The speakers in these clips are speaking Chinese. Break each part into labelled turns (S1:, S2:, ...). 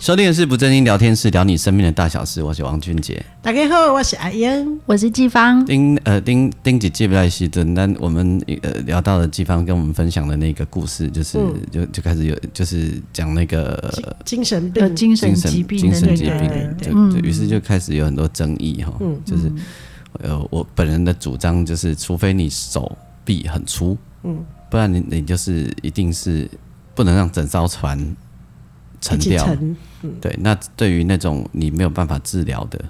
S1: 收听的是不正经聊天室，聊你生命的大小事。我是王俊杰。
S2: 大家好，我是阿英。
S3: 我是季芳，
S1: 丁呃丁丁姐记不来西真，但我们呃聊到了季芳跟我们分享的那个故事，就是、就就开始有就是讲那
S2: 精
S1: 个
S2: 精神
S3: 有
S2: 病，
S3: 精神
S1: 精神
S3: 疾病
S1: 精
S3: 的
S1: 神
S3: 那
S1: 疾
S3: 个，
S2: 对
S1: 病，
S2: 对
S1: 就就于是就开始有很多争议哈，就是呃我本人的主张就是，除非你手臂很粗，嗯，不然你你就是一定是不能让整艘船沉
S2: 一起
S1: 掉，
S2: 沉，
S1: 对，那对于那种你没有办法治疗的，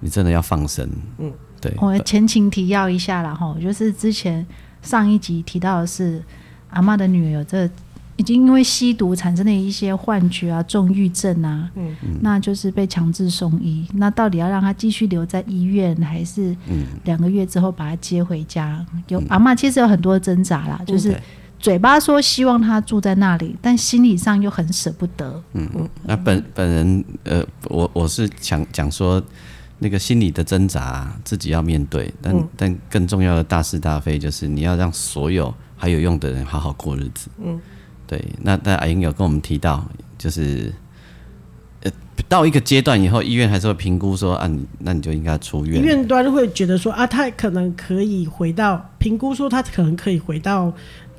S1: 你真的要放生。嗯，对，
S3: 我前情提要一下啦，哈，就是之前上一集提到的是阿妈的女儿有这已经因为吸毒产生的一些幻觉啊、重郁症啊，嗯，那就是被强制送医。那到底要让她继续留在医院，还是
S1: 嗯
S3: 两个月之后把她接回家？有阿妈其实有很多挣扎啦，就是
S1: 嗯对
S3: 嘴巴说希望她住在那里，但心理上又很舍不得。
S1: 那本本人呃，我我是想讲说，那个心理的挣扎、自己要面对，但、
S2: 嗯
S1: 但更重要的大是大非就是你要让所有还有用的人好好过日子。嗯，对。那那阿英有跟我们提到，就是呃，到一个阶段以后，医院还是会评估说啊，你那你就应该出
S2: 医
S1: 院。
S2: 院端会觉得说啊，他可能可以回到评估说他可能可以回到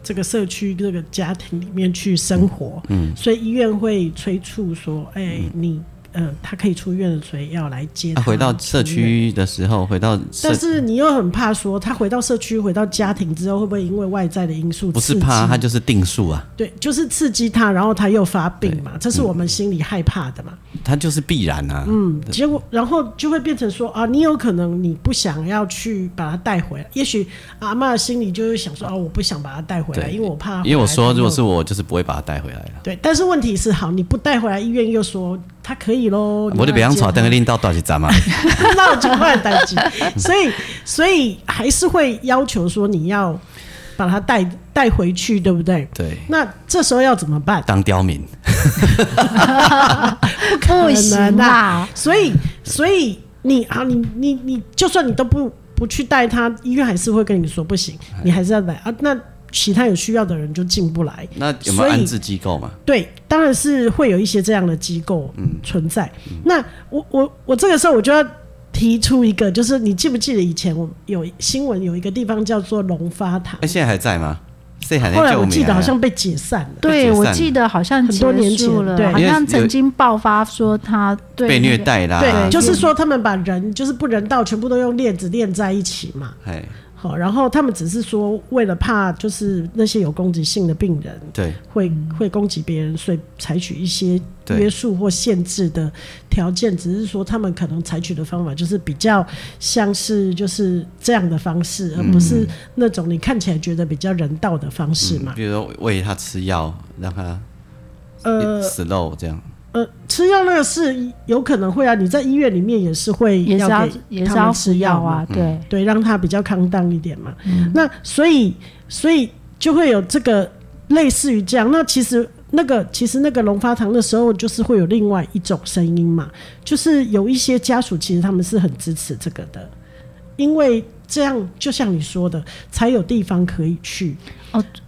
S2: 这个社区这个家庭里面去生活，嗯，所以医院会催促说，哎、你呃，他可以出院了，所以要来接
S1: 他、
S2: 他、
S1: 啊
S2: 嗯
S1: 回到社。区的时候，回到社
S2: 但是你又很怕说，他回到社区、回到家庭之后，会不会因为外在的因素
S1: 不
S2: 刺
S1: 是
S2: 激
S1: 怕，他就是定数啊，
S2: 对，就是刺激他，然后他又发病嘛，这是我们心里害怕的嘛。
S1: 他就是必然啊。嗯，
S2: 结果，然后就会变成说啊，你有可能你不想要去把他带回来，也许阿妈心里就是想说啊，我不想把他带回来，
S1: 对
S2: 因为我怕。
S1: 因为我说，如果是我，我就是不会把他带回来了。
S2: 对，但是问题是，好，你不带回来，医院又说他可以喽，
S1: 我就别让草
S2: 等
S1: 灯拎到多少站嘛，
S2: 那就坏担心，所以所以还是会要求说你要把他带带回去，对不对？
S1: 对，
S2: 那这时候要怎么办？
S1: 当刁民，
S2: 不可能
S3: 行
S2: 的、
S1: 啊
S3: 啦，
S2: 所以，所以你啊，你你你，就算你都不不去带他，医院还是会跟你说不行，
S1: 哎
S2: 你还是要来啊。那其他有需要的人就进不来。
S1: 那有没
S2: 所
S1: 有
S2: 以
S1: 安置机构嘛？
S2: 对，当然是会有一些这样的机构
S1: 嗯
S2: 存在。那我我我这个时候我就要提出一个，就是你记不记得以前我有新闻有一个地方叫做龙发堂
S1: 哎，，现在还在吗？现在还
S2: 后
S1: 在
S2: 来
S1: 救
S2: 我记
S1: 命
S2: 得好
S1: 啊？
S2: 像被解散了。
S3: 对，
S1: 解散
S3: 我记得好像
S2: 很多年
S3: 结束
S2: 前
S3: 了，
S2: 对
S3: 好
S1: 因为有
S3: 像曾经爆发说他对
S1: 被
S3: 那
S1: 虐
S3: 个，
S1: 待啦，
S2: 对，就是说他们把人就是不人道，全部都用链子链在一起嘛。
S1: 哎，
S2: 好，然后他们只是说为了怕就是那些有攻击性的病人
S1: 对
S2: 会会攻击别人，所以采取一些
S1: 对
S2: 约束或限制的条件，只是说他们可能采取的方法就是比较像是就是这样的方式，而不是那种你看起来觉得比较人道的方式嘛。
S1: 比如说喂他吃药，让他
S2: 呃
S1: 死肉这样，
S2: 呃，吃药那个是有可能会啊，你在医院里面也是会
S3: 也是要
S2: 给
S3: 也是
S2: 他
S3: 要
S2: 们
S3: 服
S2: 吃
S3: 药
S2: 药嘛
S3: 啊，
S1: 嗯
S3: 对，
S2: 对，让他比较康当一点嘛。那所以所以就会有这个类似于这样。那其实那个其实那个龙发堂的时候，就是会有另外一种声音嘛，就是有一些家属其实他们是很支持这个的，因为这样就像你说的，才有地方可以去。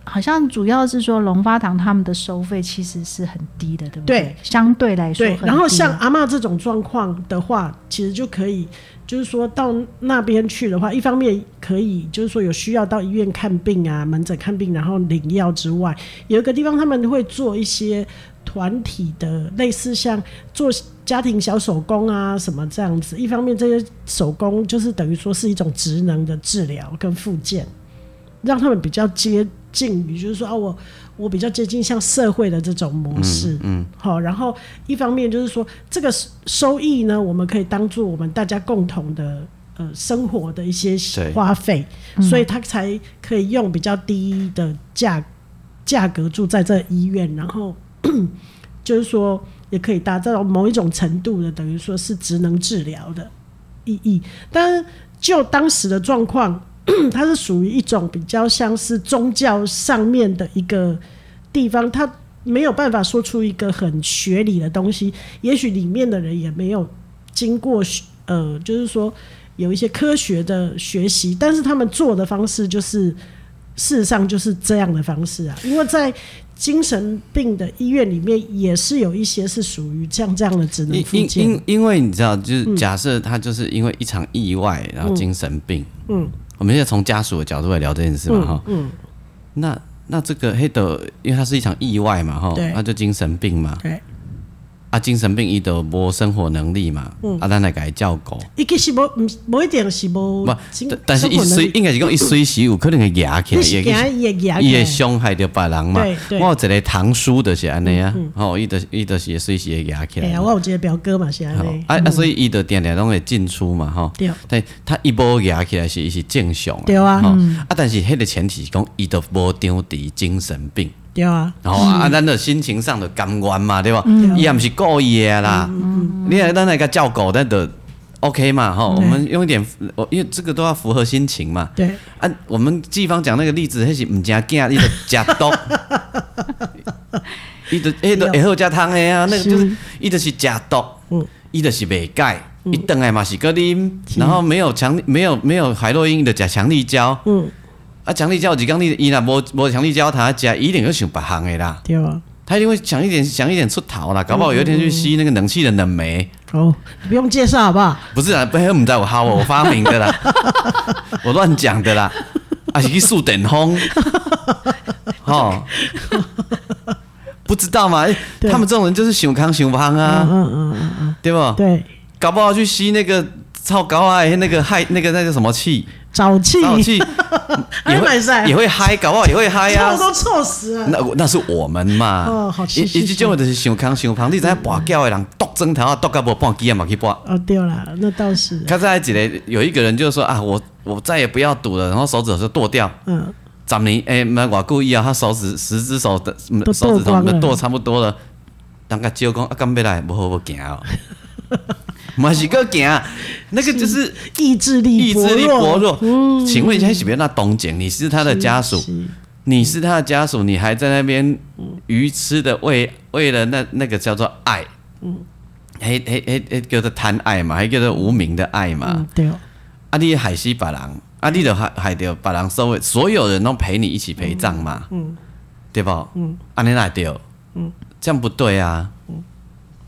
S3: 好像主要是说龙发堂他们的收费其实是很低的，对不
S2: 对
S3: 相对来说
S2: 对
S3: 很，低，啊
S2: 然后像阿嬷这种状况的话，其实就可以，就是说到那边去的话，一方面可以就是说有需要到医院看病啊、门诊看病，然后领药之外，有一个地方他们会做一些团体的，类似像做家庭小手工啊什么这样子。一方面这些手工就是等于说是一种职能的治疗跟复健，让他们比较接近于，就是说啊我。我比较接近像社会的这种模式，嗯，好、然后一方面就是说，这个收收益呢，我们可以当做我们大家共同的呃生活的一些
S1: 对
S2: 花费，所以它才可以用比较低的价价格住在这医院，然后 就是说也可以达到某一种程度的，等于说是职能治疗的意义。但是就当时的状况，它是属于一种比较像是宗教上面的一个地方，它没有办法说出一个很学理的东西。也许里面的人也没有经过呃，就是说有一些科学的学习，但是他们做的方式就是事实上就是这样的方式啊，因为在。精神病的医院里面也是有一些是属于像这样的职能嗯
S1: 因
S2: 附
S1: 因
S2: 件，
S1: 因因为你知道，就是假设他就是因为一场意外，然后精神病，
S2: 嗯，
S1: 我们现在从家属的角度来聊这件事嘛，哈、
S2: 嗯，
S1: 那那这个黑的，因为它是一场意外嘛，哈
S2: 对，
S1: 他就精神病嘛，
S2: 对，
S1: 啊，精神病伊都无生活能力嘛，
S2: 嗯
S1: 啊，咱来给他照顾，
S2: 一个是无，唔是无一定是无
S1: 不
S2: 精，
S1: 但但是
S2: 生
S1: 伊
S2: 活能
S1: 随
S2: 力
S1: 应该是讲伊随时有可能会压起
S2: 你
S1: 来，
S2: 是
S1: 也啊
S2: 惊也也
S1: 伊会伤害着别人嘛
S2: 对。对嗯
S1: 我有一个堂叔就是安尼啊，吼，伊就是伊就是会随时会压起
S2: 哎
S1: 来
S2: 呀，
S1: 嘛。
S2: 我有一个表哥嘛是安
S1: 吼
S2: 尼，
S1: 啊啊，所以伊就定定拢会进出嘛，吼
S2: 对。
S1: 但他一波压起来是伊是正常的，
S2: 对啊
S1: 吼啊，但是迄个前提是讲伊都无张治精神病。
S2: 对啊，
S1: 然后啊，啊咱的心情上的甘愿嘛，对吧？伊也毋是故意的啦，你来咱来个照顾，咱就 OK 嘛，吼。我们用一点，我因为这个都要符合心情嘛。
S2: 对，
S1: 啊，我们季方讲那个例子，迄是毋食囝，伊就食 毒，伊就迄就会好食汤的啊，那个就是伊就是食毒，伊就是袂改，伊等来嗯嘛是个啉，然后没有强没有没有海洛因伊就食强力胶，
S2: 嗯，
S1: 啊强力胶是讲你伊若无无强力胶，他食伊一定要想别项的啦，
S2: 对啊，
S1: 他一定会想一点想一点出逃
S2: 嗯
S1: 啦，搞不好有一天去吸那个冷气的冷媒。
S2: 好，你不用介绍好不好？
S1: 不是啊， 不要唔知我哈我，我发明 的啦，我乱讲的啦，啊是去树顶 风，哦，不知道嘛？欸
S2: 对
S1: 他们这种人就是想康想胖
S2: 嗯
S1: 啊，
S2: 嗯嗯嗯，
S1: 对不？
S2: 对，
S1: 搞不好去吸那个超高矮那个害那个那叫什 么气，
S2: 沼气，
S1: 然后气也
S2: 还蛮帅
S1: 会也会嗨，搞不好也会嗨啊
S2: 啊臭。都臭死了，
S1: 那那是我们嘛，
S2: 哦好是
S1: 一
S2: 是
S1: 一这种就是想康想胖，你知影跋筊的人剁枕头啊，剁到无半支啊嘛去跋。
S2: 哦对啦，那倒是，啊
S1: 刚才几个有一个人就说啊，我我再也不要赌了，然后手指头就剁掉。
S2: 嗯，
S1: 十年哎，没我故意啊，他手指十只手的嗯
S2: 都剁
S1: 手指头
S2: 光了
S1: 都剁差不多了，人家只有讲啊，干要来，无好无行哦，嘛是个行，那个就是
S2: 意志力
S1: 意志力薄
S2: 薄
S1: 弱。请问一下，是不是那东景？你是他的家属，
S2: 嗯是
S1: 你是他的家属，你还在那边愚痴的为为了那那个叫做爱，嗯，嘿嘿嘿嘿，叫做贪爱嘛，还叫做无名的爱嘛，
S2: 嗯对，
S1: 啊，你害死别人，啊，你就害害着别人所有所有人都陪你一起陪葬嘛，对不？嗯，安尼来对，嗯，这样不对啊，嗯，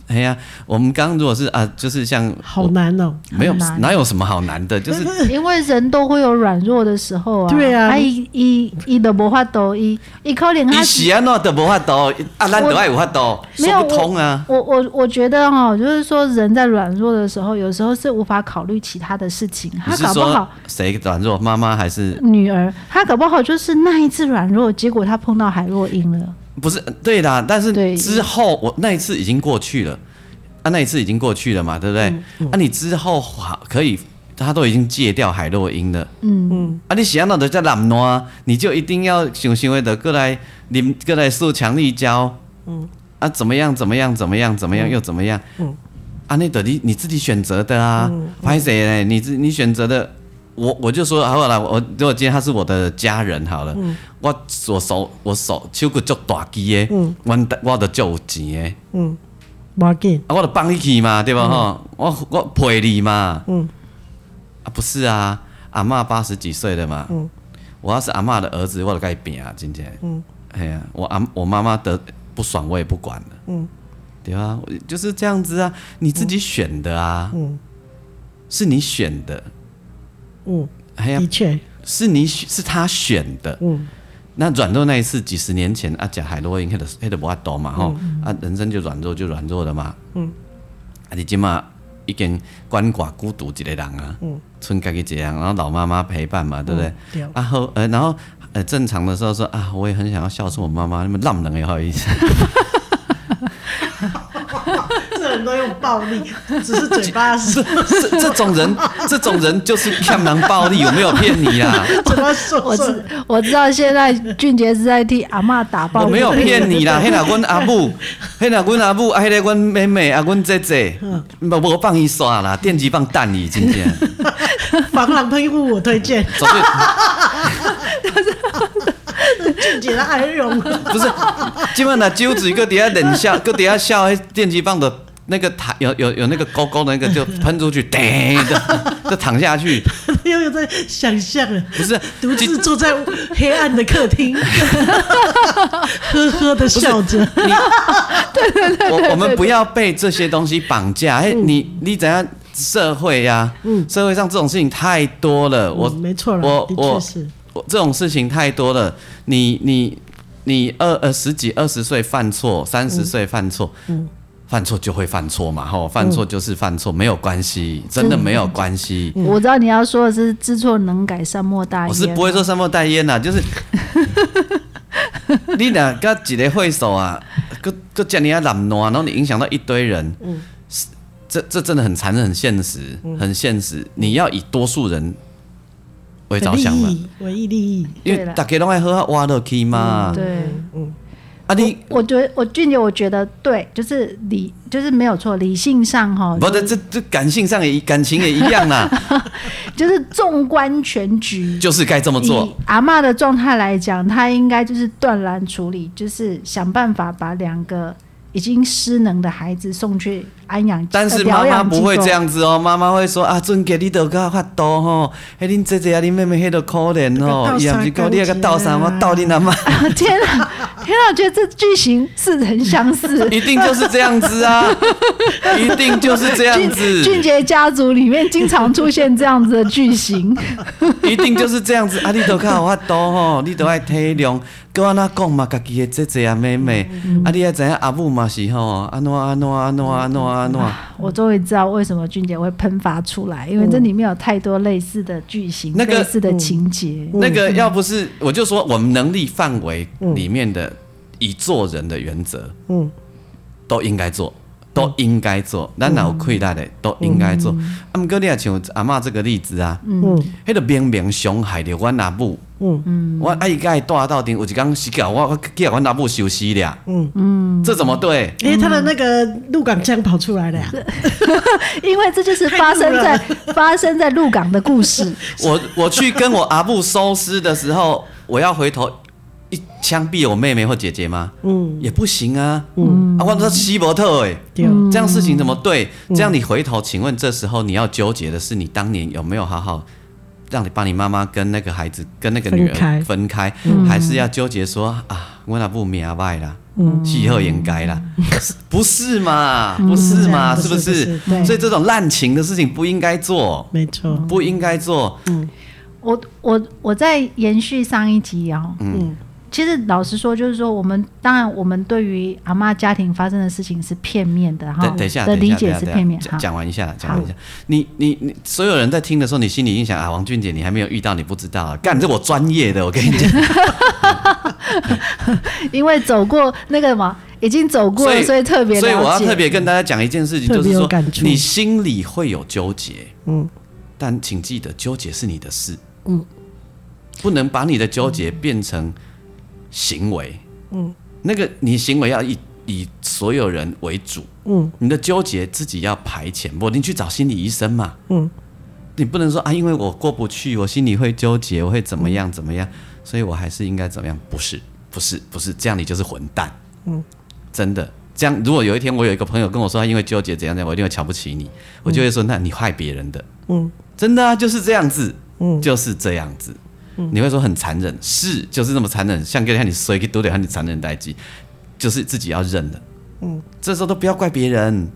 S1: 哎呀、我们刚刚如果是啊，就是像
S2: 好难哦，
S1: 没有
S3: 很难
S1: 哪有什么好难的，就是
S3: 因为人都会有软弱的时候啊。
S2: 对啊
S3: 伊伊伊的无法度，伊伊可能他
S1: 你喜安诺的无法度，啊，咱都爱有法度，
S3: 没有
S1: 说不通啊。
S3: 我我我觉得哈、就是说人在软弱的时候，有时候是无法考虑其他的事情，
S1: 你
S3: 他
S1: 是
S3: 搞不
S1: 说
S3: 好。
S1: 谁软弱，妈妈还是
S3: 女儿，她搞不好就是那一次软弱，结果她碰到海洛因了。
S1: 不是对啦，但是
S3: 对
S1: 之后我那一次已经过去了，啊，那一次已经过去了嘛，对不对？
S3: 嗯
S1: 啊，你之后好可以，他都已经戒掉海洛因了，
S3: 嗯
S1: 嗯，啊，你想到的在南暖，啊你就一定要想想的过来，你过来受强力胶，嗯，啊，怎么样，怎么样，怎么样，怎么样，又怎么样，嗯，啊，那等你你自己选择的啊，拍谁嘞？你自你选择的。我我就说好了，我如果今天他是我的家人好了，我我手我手手骨足大肌的，我我就足有钱的，
S2: 嗯，无要紧，
S1: 啊，我就放你去嘛，对吧？吼、我我陪你嘛，啊，不是啊，阿嬷八十几岁了嘛，我要是阿嬷的儿子，我就该拼啊，今天，嗯，哎呀、我阿我妈妈得不爽，我也不管了，对啊，我就是这样子啊，你自己选的啊，是你选的，
S2: 嗯，
S1: 哎呀、
S2: 的 确，
S1: 是你选是他选的，
S2: 嗯
S1: 那软弱那一次几十年前啊，假海洛因黑的黑的不阿多嘛吼，啊人生就软弱就软弱了嘛，嗯，啊你今嘛已经鳏寡孤独一个人啊，嗯，剩家己一个人，然后老妈妈陪伴嘛，对不对？
S2: 对
S1: 啊后呃然后呃正常的时候说啊我也很想要孝顺我妈妈，那么浪人也好意思，
S2: 这人都用暴力，只是嘴 巴说
S1: 这这种人，这种人就是看狼暴力，我没有骗你啊啦，
S2: 嘴巴说
S3: 我
S2: 说
S3: 知我知道现在俊杰是在替阿嬷打抱
S1: 我
S3: 不平，
S1: 没有骗你啦。迄那阮阿母，迄那阮阿母，啊，迄个阮妹妹，啊，阮姐姐，无无放伊耍啦，电击棒弹伊，真正
S2: 防狼喷雾我推荐，
S1: 绝对。
S2: 俊杰的爱用。
S1: 不是，基本上揪子搁底下冷笑，搁底下笑，那电击棒的那个弹有有有那个勾勾的那个就喷出去，叮的就躺下去，
S2: 又有在想象了，
S1: 不是
S2: 独自坐在黑暗的客 厅，呵呵的笑着。
S1: 我我们不要被这些东西绑架。哎、
S2: 嗯
S1: 你你怎样社会呀、社会上这种事情太多了，我
S2: 嗯没错啦
S1: 我
S2: 的确
S1: 我
S2: 是
S1: 我这种事情太多了。你你你二呃十几二十岁犯错，三
S2: 嗯
S1: 十岁犯错，犯错就会犯错嘛，吼，
S2: 嗯
S1: 犯错就是犯错，没有关系，真的没有关系。
S3: 我知道你要说的是知错能改，善莫大焉。啊
S1: 我是不会说三莫代烟啦，就是 你俩跟一个会手啊，个个叫你啊懒惰，然后你影响到一堆人，嗯，这这真的很残忍、很现实、
S3: 嗯
S1: 很现实。你要以多数人为着
S2: 利
S1: 想嘛，
S2: 益，唯一利益，
S1: 因
S3: 对
S1: 为
S3: 啦嗯
S1: 大家都爱喝挖乐 K 嘛，
S3: 对。
S1: 啊你，
S3: 我觉得我俊杰，我觉得对，就是理，就是没有错，理性上哈，
S1: 不，这这这感性上也感情也一样啦，
S3: 就是纵观全局。
S1: 就是该这么
S3: 以
S1: 做。
S3: 阿嬷的状态来讲，她应该就是断然处理，就是想办法把两个已经失能的孩子送去安养，
S1: 但
S3: 呃
S1: 是
S3: 疗
S1: 妈妈
S3: 养机
S1: 不会
S3: 构
S1: 这。样子哦，妈妈会说啊，阵给你都较发多吼，迄哦恁姐姐啊，恁妹妹迄都可怜哦，伊也不是讲你那个斗啥，我斗恁 阿妈。。
S3: 天啊，天啊，我觉得这句型似曾相识
S1: 一定就是这样子啊，一定就是这样
S3: 俊俊
S1: 子，
S3: 杰家族里面经常出现这样子的句型，
S1: 一定就是这样子。啊，你都较有法度吼，你都爱体谅。跟我那讲嘛，家己的姐姐啊、妹妹，
S3: 嗯
S1: 啊，你也知影阿母嘛是吼，安怎安怎安怎安怎安怎。
S3: 我终于知道为什么俊杰会喷发出来，因为这里面有太多类似的句型、
S1: 那个嗯
S3: 类似的情节。
S1: 那个要不是我就说我们能力范围里面的以做人的原则，
S2: 嗯，
S1: 都应该做，都应该做。咱若有亏待的都应该做。啊，毋过你也像阿嬷这个例子啊，嗯，迄个明明伤害着阮阿母，
S2: 嗯
S1: 嗯，我爱甲伊带到顶，有一工死掉，我我叫阮阿母休息俩，嗯嗯，这怎么对？
S2: 哎、他的那个鹿港腔跑出来了呀、
S1: 嗯
S3: 因为这就是发生在发生在鹿港的故事。
S1: 我我去跟我阿布收尸的时候，我要回头一枪毙我妹妹或姐姐吗？嗯，也不行啊。嗯，啊，我说希伯特哎、
S2: 对嗯
S1: 这样事情怎么对？这样你回头，请问这时候你要纠结的是，你当年有没有好好让你把你妈妈跟那个孩子跟那个女
S2: 分开嗯
S1: 儿分开，还是要纠结说啊，我那不明白啦，
S2: 嗯
S1: 气候应 该啦，不是嘛？不是嘛？
S2: 不
S1: 是
S2: 是
S1: 不
S2: 不
S1: 是
S2: 是？对
S1: 所以这种滥情的事情不应该做，
S2: 没 错，
S1: 不应该做。
S3: 我我我在延续上一集哦，
S2: 嗯，
S3: 其实老实说，就是说我们当然我们对于阿妈家庭发生的事情是片面的哈，
S1: 等等一下，
S3: 的
S1: 等
S3: 理
S1: 一下，
S3: 解是
S1: 等一下
S3: 片面
S1: 讲
S3: 哈。
S1: 讲完一下，讲完一下。你你你，所有人在听的时候，你心里印象啊，王俊杰，你还没有遇到，你不知道啊。干，这我专业的，我跟你讲。
S3: 因为走过那个什么，已经走过了，所以特别了
S1: 所
S3: 解。
S1: 以我要特别跟大家讲一件事情，
S2: 特
S1: 就
S2: 别
S1: 是
S2: 有
S1: 说
S2: 感触
S1: 你心里会有纠结，
S2: 嗯
S1: 但请记得纠结是你的事，
S2: 嗯
S1: 不能把你的纠结变成行为，
S2: 嗯
S1: 那个你行为要以以所有人为主，
S2: 嗯
S1: 你的纠结自己要排遣，不，你去找心理医生嘛，
S2: 嗯，
S1: 你不能说啊，因为我过不去，我心里会纠结，我会怎么
S2: 嗯
S1: 样怎么样，所以我还是应该怎么样？不是，不是，不是，这样你就是混蛋。嗯，真的，这样如果有一天我有一个朋友跟我说他因为纠结怎样怎样，我一定会瞧不起你，我就会说、那你害别人的，
S2: 嗯
S1: 真的啊，就是这样子，
S2: 嗯
S1: 就是这样子。你会说很残忍，是就是这么残忍，像跟你衰给都得和你残忍待机，就是自己要认的。
S2: 嗯
S1: 嗯，这时候都不要怪别人。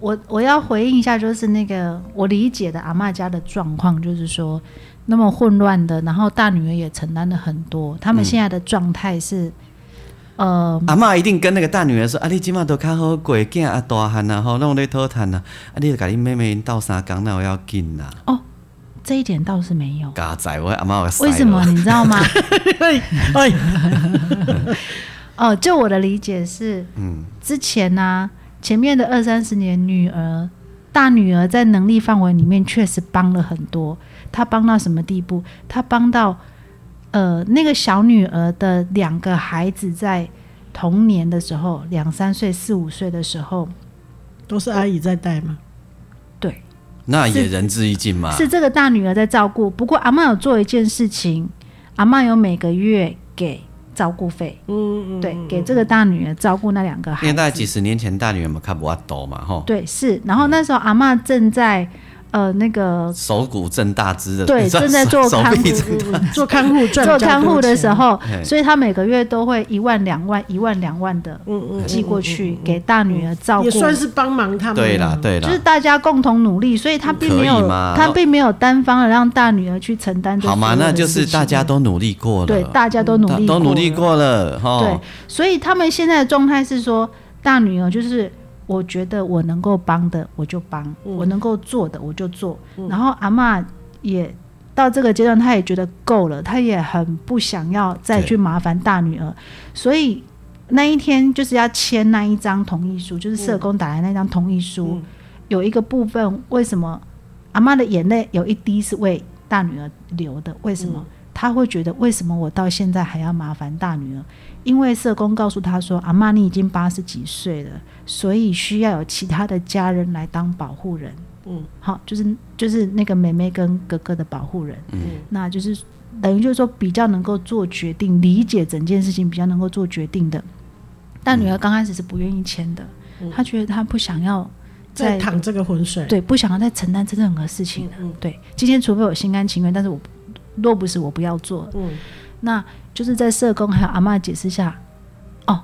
S3: 我我要回应一下，就是那个我理解的阿嬷家的状况，就是说那么混乱的，然后大女儿也承担了很多，他们现在的状态是，呃，
S2: 嗯
S1: 阿嬷一定跟那个大女儿说：“啊，你即马都较好过，囝啊大汉啊，吼，拢咧讨趁啊，啊，你就甲你妹妹因斗相共，那有要紧啦。
S3: 哦这一点倒是没有”。
S1: 嘎仔，我阿妈我
S3: 为什么你知道吗？
S2: 哎哎，
S3: 哦，就我的理解是，之前呢、前面的二三十年，女儿大女儿在能力范围里面确实帮了很多。她帮到什么地步？她帮到呃那个小女儿的两个孩子在童年的时候，两三岁、四五岁的时候，
S2: 都是阿姨在带吗？
S3: 对，
S1: 那也仁至义尽
S2: 啊
S1: 嘛。
S3: 是这个大女儿在照顾。不过阿妈有做一件事情，阿妈有每个月给照顾费，
S2: 嗯嗯，
S3: 对，给这个大女儿照顾那两个
S1: 因
S3: 孩
S1: 为
S3: 子。
S1: 大概几十年前，大女儿们看不阿多嘛，吼，
S3: 对，是。然后那时候阿妈正在呃那 个
S1: 手骨正大只的，
S3: 对
S1: 手
S3: 正在做
S1: 手
S3: 康
S1: 臂
S3: 复
S1: 正
S2: 嗯嗯做看护赚
S3: 做
S2: 比较
S3: 看
S2: 多
S3: 护的
S2: 钱
S3: 时，候
S1: 嘿，
S3: 所以她每个月都会一万两万一万两万的
S2: 嗯嗯，
S3: 寄过去给大女儿照顾
S2: 也。算是帮忙他们。啊
S1: 对啦，，对
S3: 就
S1: 啦
S3: 是，大家共同努力，所以她并没
S1: 可
S3: 有
S1: 以吗
S3: 她并没有单方的让大女儿去承担这
S1: 好
S3: 所
S1: 嘛，
S3: 有的
S1: 那就是
S3: 事情
S1: 大家都努力过了，
S3: 对大家都努力
S1: 都努力
S3: 了
S1: 过了，
S3: 对
S1: 吼，，
S3: 所以他们现在的状态是说，大女儿就是我觉得我能够帮的我就帮，
S2: 嗯
S3: 我能够做的我就做。然后阿嬷也到这个阶段，她也觉得够了，她也很不想要再
S1: 对
S3: 去麻烦大女儿，所以那一天就是要签那一张同意书，就是社工打来那张同意书，
S2: 嗯
S3: 有一个部分为什么阿嬷的眼泪有一滴是为大女儿流的？为什么？她会觉得为什么我到现在还要麻烦大女儿？因为社工告诉她说：“阿嬷你已经八十几岁了，所以需要有其他的家人来当保护人。”
S2: 嗯，
S3: 好，就是就是那个妹妹跟哥哥的保护人。
S1: 嗯，
S3: 那就是等于就是说比较能够做决定，理解整件事情比较能够做决定的。但女儿刚开始是不愿意签的，她觉得她不想要
S2: 在淌这个浑水。嗯
S3: 对，不想要再承担这任何事情了。对，今天除非我心甘情愿，但是我若不是我不要做。
S2: 嗯，
S3: 那就是在社工还有阿嬷解释下，哦，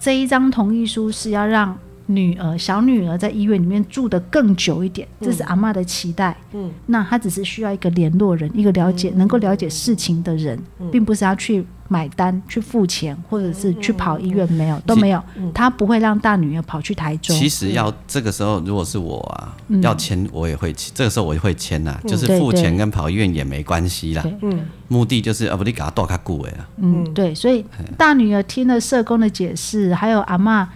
S3: 这一张同意书是要让女儿小女儿在医院里面住得更久一点，这是阿嬷的期待。
S2: 嗯，
S3: 那她只是需要一个联络人，一个了解、能够了解事情的人，并不是要去买单、去付钱，或者是去跑医院，没有都没有，她不会让大女儿跑去台中。
S1: 其实要这个时候，如果是我啊，要签我也会，这个时候我也会签呐，就是
S3: 对嗯
S1: 付
S3: 对
S1: 钱跟跑医院也没关系啦
S3: 对，
S2: 嗯
S1: 目的就是啊不你给他多卡顾哎啊，
S3: 嗯，对，所以大女儿听了社工的解释，还有阿嬷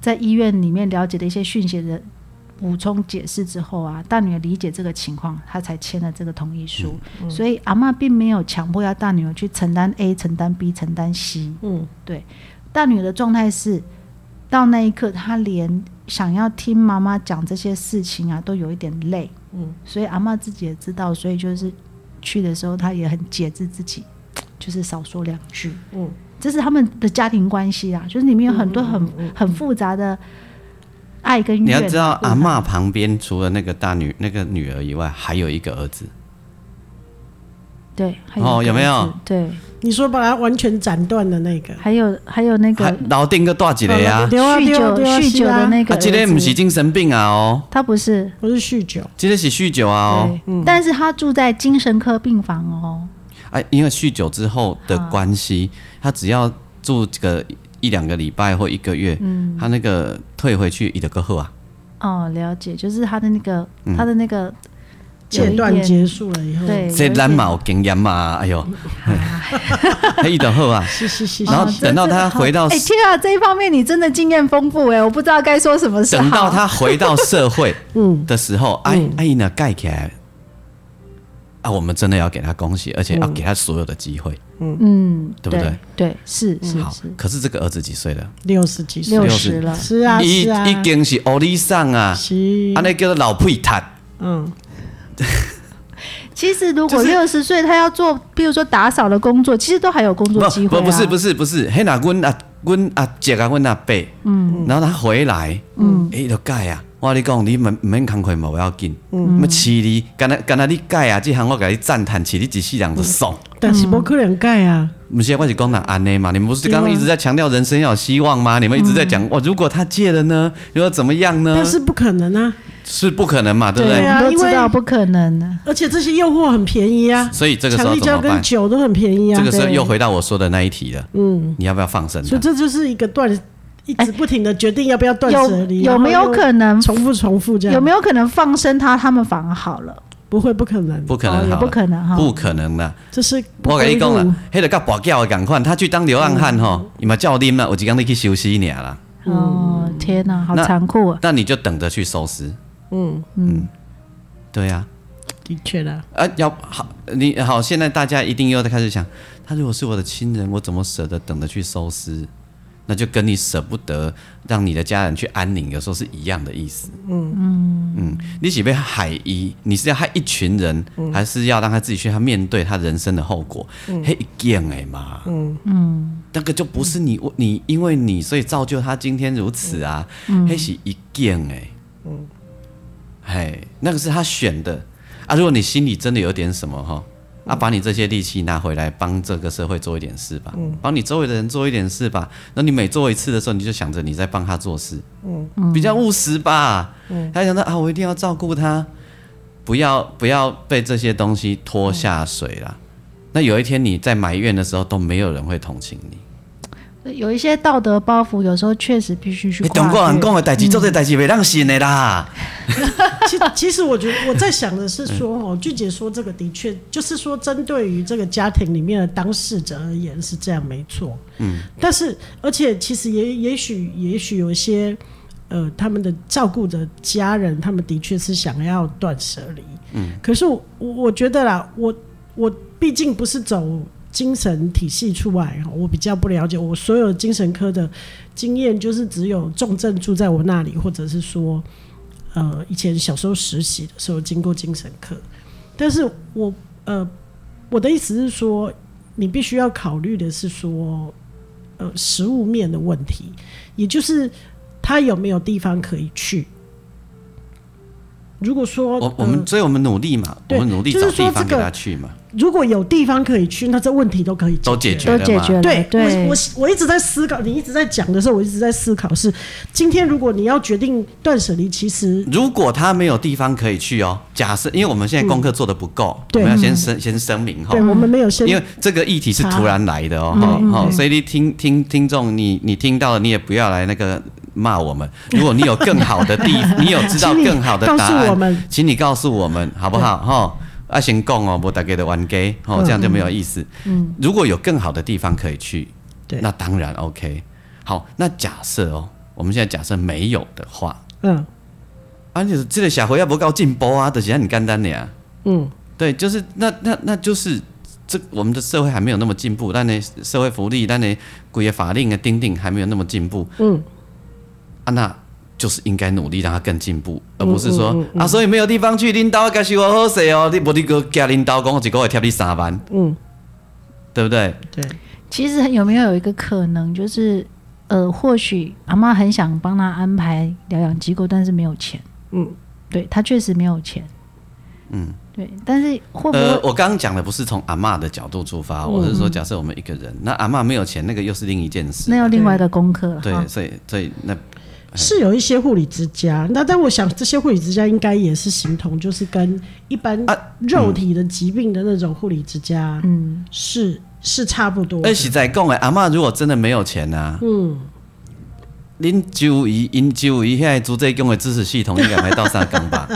S3: 在医院里面了解的一些讯息的补充解释之后啊，大女儿理解这个情况，她才签了这个同意书。所以阿嬷并没有强迫要大女儿去承担 A、承担 B、承担 C。
S2: 嗯，
S3: 大女儿的状态是，到那一刻她连想要听妈妈讲这些事情啊，都有一点累。
S2: 嗯，
S3: 所以阿嬷自己也知道，所以就是去的时候，她也很节制自己，就是少说两句。
S2: 嗯，
S3: 这是他们的家庭关系啊，就是里面有很
S1: 嗯
S3: 多很、很复杂的爱跟
S1: 你
S3: 怨啊。
S1: 要知道
S3: 不
S1: 阿嬷旁边除了那个大女那个女儿以外，还有一个儿子，
S3: 对，还有
S1: 哦
S3: 一个
S1: 有没有
S3: 儿子？对，
S2: 你说把它完全斩断的那个，
S3: 还有还有那个哦
S1: 还老丁个大几个呀，
S2: 对啊
S3: 酗
S2: 对啊
S3: 酒
S2: 对啊
S3: 酗
S2: 是
S3: 酒
S2: 啊
S3: 的那个
S1: 啊
S3: 儿子，
S1: 这个不是精神病啊哦，
S3: 他不是，
S2: 不是酗酒，
S1: 这个是酗酒啊哦。
S3: 对，但是他住在精神科病房哦。
S1: 哎，因为酗酒之后的
S3: 嗯
S1: 关系，他只要住个一两个礼拜或一个月，
S3: 嗯
S1: 他那个退回去一的个后啊，
S3: 哦，了解，就是他的那个，
S1: 嗯
S3: 他的那个有一
S2: 戒断
S3: 点
S2: 结束了以后，
S3: 对，
S1: 这
S3: 有一
S1: 咱
S3: 点
S1: 嘛有经验嘛，哎 呦，
S3: 啊
S1: 他一的后啊，
S2: 是是是
S1: 然
S2: 是，
S1: 后
S3: 哦这
S1: 等到
S3: 这
S1: 他
S3: 好
S1: 回到
S3: 哎、天啊，这一方面你真的经验丰富哎、我不知道该说什么是好。
S1: 等到他回到社 会
S2: 嗯
S1: 的时候，哎哎呢盖起来，啊，我们真的要给他恭喜，而且要给他所有的机会。
S3: 嗯，
S1: 对不对？
S3: 对，是是
S1: 好
S3: 是，，
S1: 可是这个儿子几岁了？
S2: 六十几岁
S3: 六，
S1: 十
S3: 十了，
S2: 是啊
S1: 已
S2: 是啊，
S1: 已经是欧里上啊，
S2: 是
S1: 啊，那叫做老屁蛋。
S2: 嗯，
S3: 其实如果六十岁，他要做，比如说打扫的工作，其实都还有工作机会、啊
S1: 不不不是不是不是，嘿那阮啊阮阿姐啊阮阿伯，嗯，然后他回来，嗯，伊就改啊。我跟你讲，你免免工课嘛，不要紧。嗯，要饲你，干那干那你改啊，这行我给你赞叹，饲你一世人就爽。
S2: 但是不可能盖啊，
S1: 不是，我是讲那安内嘛，你们不是刚刚一直在强调人生要有希望吗？你们一直在讲，哇，如果他戒了呢，又要怎么样呢
S2: 但？是不可能啊，
S1: 是不可能嘛，对不
S3: 对
S1: 对？
S2: 啊
S3: 我们
S2: 因
S3: 都
S2: 为
S3: 知道不可能的、
S2: 而且这些诱惑很便宜啊，
S1: 所以这个时
S2: 强
S1: 候
S2: 力
S1: 怎
S2: 胶
S1: 么
S2: 跟
S1: 办？
S2: 酒都很便宜啊
S1: 这，个时候
S3: 对
S1: 又回到我说的那一题了，嗯，你要不要放生
S2: 所
S1: 他
S2: 以？这就是一个断，一直不停的决定要不要断舍
S3: 有
S2: 离，
S3: 哎有没
S2: 然
S3: 有
S2: 后又
S3: 可能？
S2: 重复重复这样？
S3: 有没有可能放生他，他们反而好了？
S2: 不会，不可能，
S1: 不可
S3: 哦
S1: 能
S3: 也
S1: 好了，
S3: 不可能哈
S1: 不可能的。
S2: 这是
S1: 我跟你讲
S2: 归路
S1: 啦，迄个甲跋筊的共款，他去当流浪汉吼，伊嘛照啉啦，有一天你去休息尔啦，
S3: 哦，天哪，好
S1: 那
S3: 残酷啊！
S1: 那你就等着去收尸。嗯嗯，对啊呀、
S2: 的确啦，
S1: 啊，要好，你好，现在大家一定又在开始想，他如果是我的亲人，我怎么舍得等着去收尸？那就跟你舍不得让你的家人去安宁，有时候是一样的意思。嗯嗯嗯，你喜被海一，你是要害一群人，还是要让他自己去他面对他人生的后果？嘿、一件哎嘛，嗯嗯，那个就不是你我你因为你所以造就他今天如此啊，嘿、是一件哎，嗯，嘿，那个是他选的，啊，如果你心里真的有点什么哈，啊，把你这些力气拿回来，帮这个社会做一点事吧，
S2: 嗯
S1: 帮你周围的人做一点事吧。那你每做一次的时候，你就想着你在帮他做事，嗯，比较务实吧。嗯，他想到啊，我一定要照顾他，不要不要被这些东西拖下水
S2: 嗯
S1: 啦。那有一天你在埋怨的时候，都没有人会同情你。
S3: 有一些道德包袱，有时候确实必须去
S1: 你
S3: 跨
S1: 中
S3: 越。
S1: 国人讲的
S2: 嗯
S1: 代志，做这代志袂让信的啦。
S2: 其其实我觉得我在想的是说，哦，俊姐说这个的确就是说，针对于这个家庭里面的当事者而言是这样没错，嗯，但是而且其实也也许也许有一些。呃，他们的照顾的家人，他们的确是想要断舍离。嗯，可是我我我觉得啦，我我毕竟不是走精神体系出来哈，我比较不了解。我所有精神科的经验，就是只有重症住在我那里，或者是说，呃，以前小时候实习的时候经过精神科，但是我呃，我的意思是说，你必须要考虑的是说，呃，食物面的问题，也就是他有没有地方可以去。如果说
S1: 我我
S2: 呃
S1: 们，所以我们努力嘛，我
S2: 对
S1: 们努力
S2: 就是
S1: 找
S2: 说
S1: 地方
S2: 这
S1: 给
S2: 个
S1: 他去嘛，
S2: 如果有地方可以去，那这问题都可以
S1: 都
S2: 解
S1: 解
S2: 决
S3: 都
S1: 决了
S3: 解
S1: 嘛
S3: 决了，
S2: 对，
S3: 对，
S2: 我我我一直在思考，你一直在讲的时候，我一直在思考是，今天如果你要决定断舍离，其实
S1: 如果他没有地方可以去哦，假设因为我们现在功课做的不够，我
S2: 嗯对
S1: 们要先声先声明哈
S2: 对、，我们没有先
S1: 因为这个议题是突然来的哦，
S2: 嗯
S1: 哈、
S2: 嗯
S1: 哈，
S2: 嗯
S1: 所以你听听听众，你你听到了，你也不要来那个骂我们。如果你有更好的 地，你有知道
S2: 请你
S1: 更好的
S2: 告诉
S1: 答案，
S2: 我们
S1: 请你告诉我们好不好？哈、啊，先讲哦，不大家的玩给哦，这样就没有意思。嗯，如果有更好的地方可以去，
S2: 对
S1: 那当然 OK。好，那假设哦，我们现在假设没有的话，
S2: 嗯
S1: 啊，就是这个社会要不够进步啊，就是很简单的呀。
S2: 嗯，
S1: 对，就是那那那就是这我们的社会还没有那么进步，但呢社会福利，但呢规个法令的定定还没有那么进步。
S2: 嗯，
S1: 啊，那就是应该努力让它更进步，而不是说、啊，所以没有地方去，领导该是我好势哦，你无你个加领导讲一个月贴你三万，
S2: 嗯，
S1: 对不对？
S2: 对，
S3: 其实有没有有一个可能，就是呃，或许阿妈很想帮她安排疗养机构，但是没有钱。
S2: 嗯，
S3: 对她确实没有钱。嗯，对，但是会不会、
S1: 呃，我刚刚讲的不是从阿嬷的角度出发，我是说假设我们一个人，那阿嬷没有钱，那个又是另一件事
S3: 那。有另外的功课了？哈
S1: 对，所以所以那
S2: 是有一些护理之家，那但我想这些护理之家应该也是形同就是跟一般
S1: 啊
S2: 肉体的疾病的那种护理之家，嗯，是是差不多的
S1: 哎而，实在讲诶，阿嬷如果真的没有钱呐、啊，嗯，恁周围因周围遐主这宫的支持系统应该还到三更吧？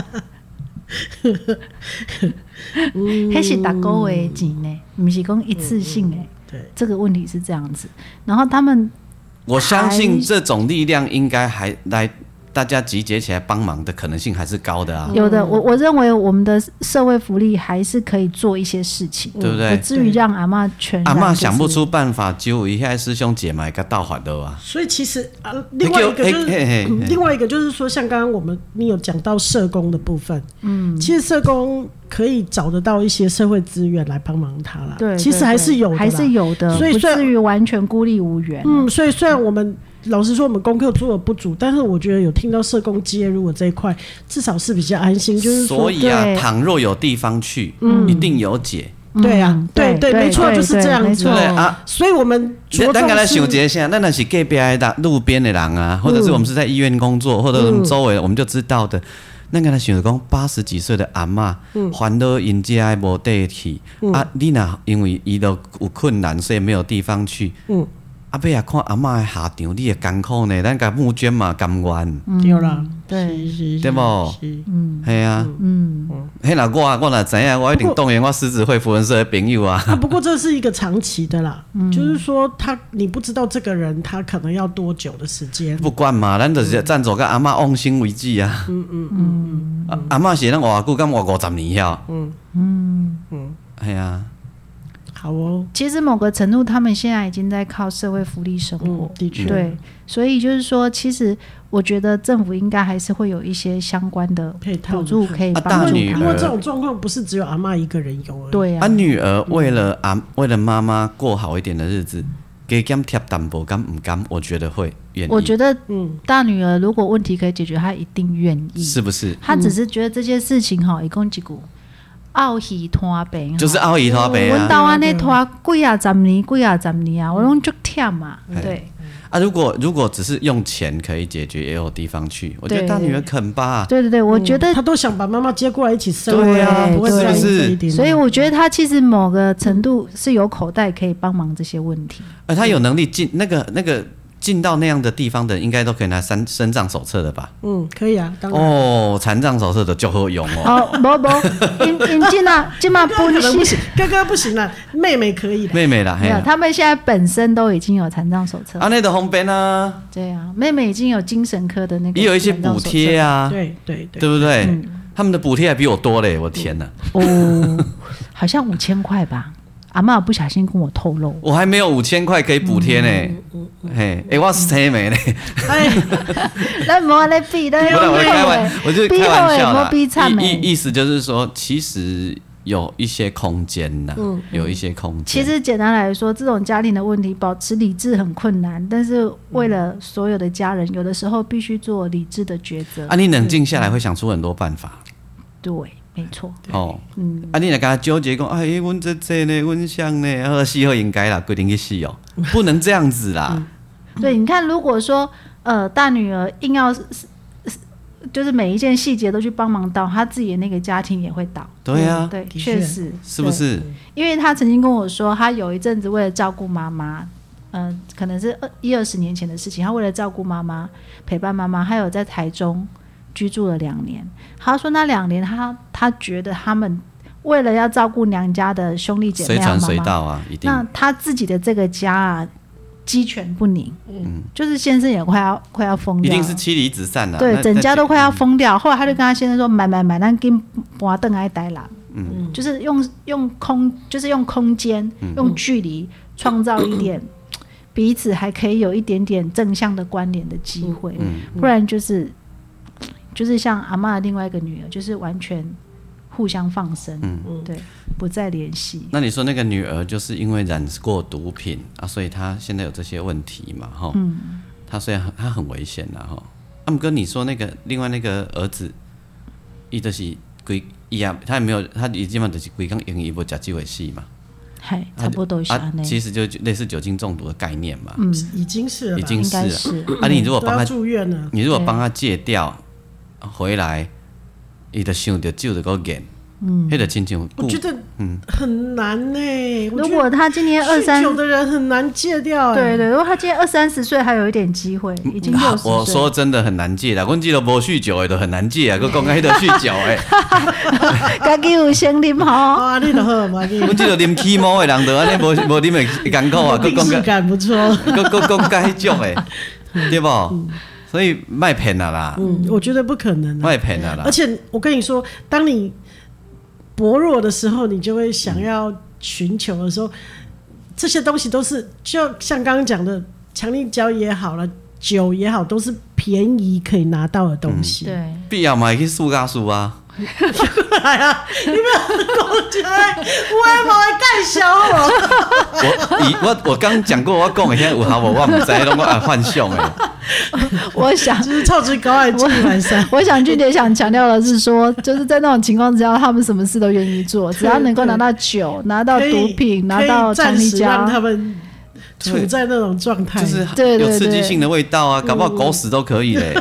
S3: 黑是打勾为紧呢，不是讲一次性哎、
S2: 对，
S3: 这个问题是这样子。然后他们
S1: 我相信这种力量应该还来大家集结起来帮忙的可能性还是高的啊，
S3: 有的，
S2: 哦
S3: 我我认为我们的社会福利还是可以做一些事情，
S1: 对不
S3: 不
S1: 对？
S3: 至于让阿妈全然
S1: 阿
S3: 就
S1: 嬷
S3: 是
S1: 想不出办法，周围遐师兄姐妹个倒还的啊。
S2: 所以其实啊，另外一个就是嗯
S3: 哎
S1: 嘿嘿嘿嘿
S2: 另外一个就是说，像刚刚我们你有讲到社工的部分，嗯，其实社工可以找得到一些社会资源来帮忙他啦，
S3: 对，
S2: 其实
S3: 对
S2: 还
S3: 对
S2: 是有的啦，
S3: 还是有的，
S2: 所以
S3: 不
S2: 虽然
S3: 至于完全孤立无援。
S2: 嗯，所以虽然我们老实说我们功课做的不足，但是我觉得有听到社工介入的这一块，至少是比较安心，就是说
S1: 所以啊
S3: 对，
S1: 倘若有地方去，一定有解，
S3: 嗯
S2: 对啊，对对，没错，就是这样
S3: 没
S2: 子
S3: 错。
S1: 对不对啊？
S2: 所以我们着
S1: 咱
S2: 重
S1: 咱刚才
S2: 是
S1: 想一下，那那是隔壁的路边的人啊，或者是我们是在医院工作，或者我们周围我们就知道的。咱刚才想讲八十几岁的阿嬷，烦恼因家的无地去，啊，你若因为伊都有困难，所以没有地方去。阿伯啊，看阿嬷的下场，你会艰苦呢，咱甲募捐嘛，甘愿，
S2: 对嗯啦，
S3: 嗯对
S2: 是是，
S1: 对不
S2: 是？是
S1: 嘿啊，嗯，嘿若我我若知影，我一定动员我狮子会符文社的朋友啊，
S2: 啊，不过这是一个长期的啦，
S3: 嗯
S2: 就是说他你不知道这个人他可能要多久的时间，
S1: 不管嘛，咱就是赞助甲阿嬷往生为止啊，嗯嗯嗯，阿嬷是咱活久，敢活五十年了，嗯嗯嗯，嘿啊，
S2: 好哦，
S3: 其实某个程度，他们现在已经在靠社会福利生活
S2: 嗯，。的确，
S3: 对，所以就是说，其实我觉得政府应该还是会有一些相关的
S2: 配套
S3: 补
S2: 的
S3: 助
S2: 看
S3: 可以
S1: 啊
S3: 帮
S1: 大
S3: 助他
S1: 女
S2: 不过
S3: 们。
S1: 儿
S2: 这种状况不是只有阿嬷一个人有而已，
S3: 对
S1: 啊，
S3: 啊，
S1: 女儿为了啊，为了妈妈过好一点的日子，给减贴淡薄，敢唔敢？我觉得会愿意，
S3: 我觉得
S2: 嗯，
S3: 大女儿如果问题可以解决，她一定愿意。
S1: 是不是？
S3: 她只是觉得这件事情哈，一共几股奥喜拖北，
S1: 就是奥姨他白
S3: 我
S2: 嗯
S1: 啊
S3: 到安尼拖几啊十年，几啊十年啊，我拢足忝嘛。对
S1: 啊！如果如果只是用钱可以解决，也有地方去。我觉得大女儿肯吧，
S3: 对对对，我觉得
S2: 他都想把妈妈接过来一起生活，
S1: 对
S3: 啊
S2: 不会在意
S1: 是不是
S2: 这一点，
S3: 所以我觉得他其实某个程度是有口袋可以帮忙这些问题。
S1: 而她有能力进那个那个进到那样的地方的，应该都可以拿三身障手册的吧？
S2: 嗯，可以啊，当然，
S1: 哦，残障手册的就好用 哦。
S3: 哦，无无，因 因今啊今嘛
S2: 哥哥
S3: 本
S2: 可能不
S3: 身
S2: 行，哥哥不行了，妹妹可以的，
S1: 妹妹啦，嘿
S3: 没有，
S1: 啊，
S3: 他们现在本身都已经有残障手册，
S1: 啊那的红边啊，
S3: 对啊，妹妹已经有精神科的那个，
S1: 也有一些补贴
S3: 啊。
S1: 啊，
S2: 对对对，
S1: 对不对？
S3: 嗯
S1: 他们的补贴还比我多嘞，我天哪！
S3: 哦，好像五千块吧。阿妈不小心跟我透露，
S1: 我还没有五千块可以补贴呢，
S3: 嗯
S1: 嘿，哎，我是黑没呢，
S2: 哎，
S3: 那莫来比，那
S1: 不然我就开玩，我就开玩笑啦。
S3: 欸逼惨
S1: 意
S3: 没？
S1: 意意思就是说，其实有一些空间呐，有一些空间。
S3: 嗯其实简单来说，这种家庭的问题，保持理智很困难，但是为了所有的家人，有的时候必须做理智的抉择。
S1: 啊，你冷静下来会想出很多办法
S3: 对，嗯没错，
S1: 哦。啊，你若跟他纠结讲，哎，阮这这呢，阮想呢，啊，死好应该啦，规定去死 哦，不能这样子啦。
S3: 嗯对，
S1: 嗯
S3: 你看，如果说呃大女儿硬要是是是就是每一件细节都去帮忙到，她自己的那个家庭也会倒。
S1: 对啊，
S3: 对，
S2: 的
S3: 确
S2: 确
S3: 实，
S1: 是不是？
S3: 因为他曾经跟我说，他有一阵子为了照顾妈妈，嗯、可能是二一二十年前的事情，他为了照顾妈妈、陪伴妈妈，还有在台中居住了两年。他说那两年他他觉得他们为了要照顾娘家的兄弟姐
S1: 随
S3: 妹啊、
S1: 传
S3: 妈嗯
S1: 随
S3: 妈，
S1: 到啊，一定。
S3: 那他自己的这个家啊，鸡犬不宁，嗯，就是先生也快要快要疯
S1: 一
S3: 掉了，
S1: 定是妻离子散啦，
S3: 啊对，
S1: 那
S3: 整
S1: 那
S3: 家
S1: 就嗯
S3: 都快要疯掉。后来他就跟他先生说：“买买买，咱跟搬凳来呆啦。”嗯，就是用用空，就是用空间、
S1: 嗯
S3: 用距离创造一点彼此还可以有一点点正向的关联的机会，
S1: 嗯
S3: 不然就是就是像阿妈的另外一个女儿，就是完全互相放生，
S1: 嗯
S3: 对，不再联系。
S1: 那你说那个女儿就是因为染过毒品啊，所以她现在有这些问题嘛，哈。嗯。她虽然很她很危险啦，哈。阿姆哥，你说那个另外那个儿子，伊就是规伊啊，他也没有，他伊基本就是规工用伊无食酒的死嘛，
S3: 嗨，差不多是
S1: 啊
S3: 安，内，
S1: 其实就类似酒精中毒的概念嘛。
S2: 已经是了
S1: 已
S2: 啦，
S1: 经
S3: 应
S1: 是
S3: 该
S1: 了
S3: 是
S1: 啊，你如果
S2: 都
S1: 帮
S2: 嗯要
S1: 他，
S2: 住院了，
S1: 你如果
S3: 对
S1: 帮他戒掉，回来，伊就想着酒就够瘾，嗯，迄就亲像
S2: 我
S1: 顾
S2: 觉得很难呢、我
S3: 如
S2: 觉得
S3: 果他今年二三
S2: 酗酒的人很难戒掉、哎
S3: 对对，如果他今年二三十岁，还有一点机会，已经六
S1: 啊
S3: 十岁了。
S1: 我说真的很难戒啦，阮即都无酗酒的都很难 戒啊，佮讲迄个酗酒的，
S3: 家己有先啉 吼，
S2: 啊，你的喝嘛， 你
S1: 阮即都啉起毛的人都安尼无无啉会艰苦啊，佮
S2: 病
S1: 讲
S2: 视
S1: 佮
S2: 感不错。嗯
S1: 佮佮讲甲迄种 的，对无？所以卖骗啊啦，
S2: 嗯，我觉得不可能啊。
S1: 卖骗啊啦
S2: 而，且我跟你说，当你薄弱的时候，你就会想要寻求的时候，这些东西都是就像刚刚讲的，强力胶也好了，酒也好，都是便宜可以拿到的东西。
S3: 对，
S1: 必要嘛会去输加输啊，
S2: 对，我也没干小我。
S1: 我以我我刚讲过，我讲的遐有效无？我毋知拢我爱幻想的，
S3: 我想，
S2: 就是操之高矮，尽晚上。
S3: 我想俊杰想强调的是说，就是在那种情况之下，他们什么事都愿意做，只要能够拿到酒、拿到
S2: 可以
S3: 毒品、拿
S2: 可以
S3: 到强
S2: 暂
S3: 力
S2: 时让他
S3: 胶，
S2: 们处在那种状态，
S1: 就是
S3: 嗯对对嗯
S1: 有刺激性的味道啊，搞不好狗屎都可以嘞。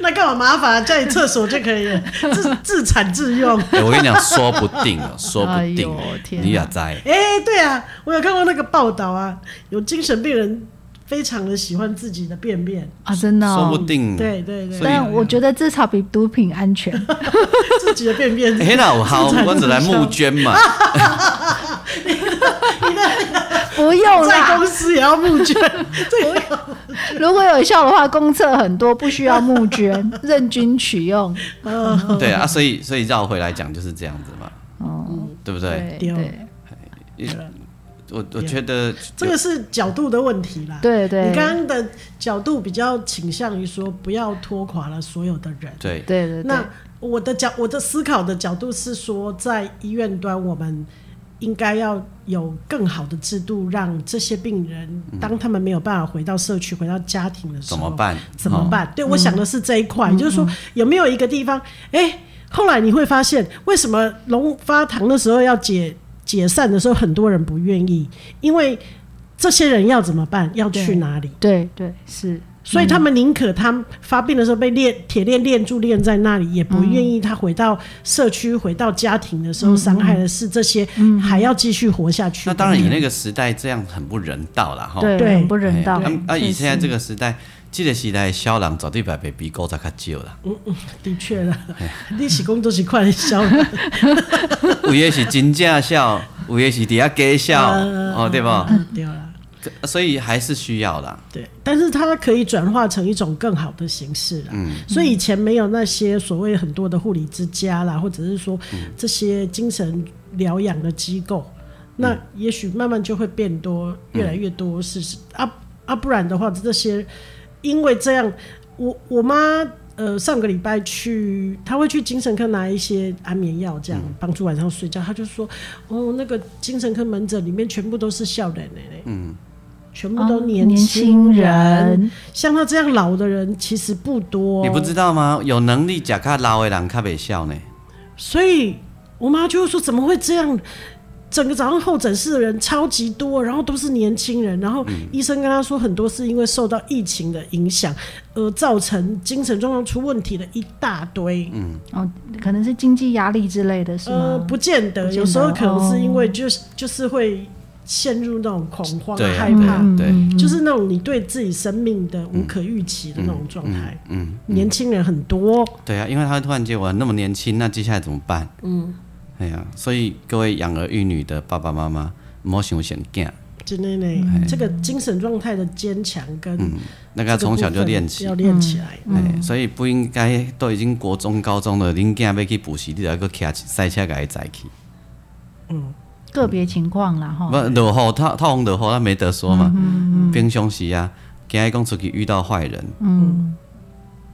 S2: 那干嘛麻烦？家里厕所就可以了，自自产自用。
S1: 哎我跟你讲，说不定哦，说不定
S3: 哎呦，天哪
S1: 你也 在。
S2: 哎、对啊，我有看过那个报道啊，有精神病人非常的喜欢自己的便便，
S3: 啊，真的、
S1: 说不
S3: 哦。
S1: 定，
S2: 对对对，
S1: 所以
S3: 但我觉得至少比毒品 安全。
S2: 自己的便便。
S1: 哎， 那我好，我只来募捐嘛，
S3: 不用
S2: 在
S3: 啦
S2: 公，司也要募捐，啊这个
S3: 如果有效的话，公厕很多，不需要募捐， 任君取用。
S2: 呃
S1: 对啊，所以所以绕回来讲就是这样子嘛，
S3: 哦，
S1: 对不对？
S2: 对
S3: 对
S1: 我我觉得
S2: 这个是角度的问题啦。
S3: 对对，
S2: 你刚刚的角度比较倾向于说不要拖垮了所有的人。
S1: 对
S3: 对对对
S2: 那我的角，我的思考的角度是说，在医院端我们。应该要有更好的制度，让这些病人，当他们没有办法回到社区、回到家庭的时
S1: 怎
S2: 候，
S1: 么办？
S2: 怎么
S1: 哦？
S2: 办？对我想的是这一块，
S3: 嗯
S2: 就是说有没有一个地方，哎、后来你会发现，为什么龙发堂的时候要解解散的时候，很多人不愿意，因为这些人要怎么办？要去
S3: 对
S2: 哪里？
S3: 对对是，
S2: 所以他们宁可他发病的时候被链铁链链住链在那里，也不愿意他回到社区、回到家庭的时
S1: 嗯
S2: 候，伤害的是这些还要继续活下去的
S1: 那
S2: 人。
S1: 当然，以那个时代这样很不人道啦。哈。
S3: 对
S2: 对
S3: 很不人道
S1: 哦哎啊。啊，以
S3: 确
S1: 现在
S3: 实
S1: 这个时代，这个时代的小人早地把被比狗才较少啦。
S2: 的确 了， 历史工作是快消了，
S1: 有的是真正笑，有的是底下假笑，
S2: 嗯
S1: 哦，对吧？
S2: 对了。
S1: 所以还是需要啦。
S2: 对，但是它可以转化成一种更好的形式啦。所以以前没有那些所谓很多的护理之家啦，或者是说这些精神疗养的机构，那也许慢慢就会变多，越来越多是、是啊啊，不然的话，这些因为这样，我我妈。呃，上个礼拜去，她会去精神科拿一些安眠药，这样
S1: 嗯
S2: 帮助晚上睡觉。她就说，哦，那个精神科门诊里面全部都是笑脸的嘞，
S1: 嗯
S2: 全部都
S3: 哦
S2: 年轻
S3: 轻
S2: 人，像他这样老的人其实不多，
S1: 你不知道吗？有能力假卡老的人卡袂笑呢。
S2: 所以我妈就会说怎么会这样？整个早上候诊室的人超级多，然后都是年轻人，然后医生跟她说很多是因为受到疫情的影响而造成精神状况出问题的一大堆。
S3: 哦，可能是经济压力之类的，是
S2: 呃，
S3: 吗？
S2: 不见得，
S3: 不见得哦
S2: 有时候可能是因为就是、就是会陷入那种恐慌、
S1: 对啊
S2: 害怕，嗯
S3: 嗯
S1: 对对，
S2: 就是那种你对自己生命的无可预期的那种状态。嗯，年轻人很多，
S1: 对啊，因为他突然间我那么年轻，那接下来怎么办？嗯，哎呀、所以各位养儿育女的爸爸妈妈，莫想想囝，
S2: 真的呢，这个精神状态的坚强跟
S1: 那个要
S2: 这
S1: 从小
S2: 部
S1: 就
S2: 分
S1: 练起
S2: 要。嗯练起来。
S1: 哎，所以不应该都已经国中、高中了，恁囝要去补习，你还佫骑赛车给伊载去，
S3: 个别情况啦，
S1: 不
S3: 哈。
S1: 落雨透透风落雨，那没得说嘛。平常时啊，今日讲出去遇到坏人，
S3: 嗯，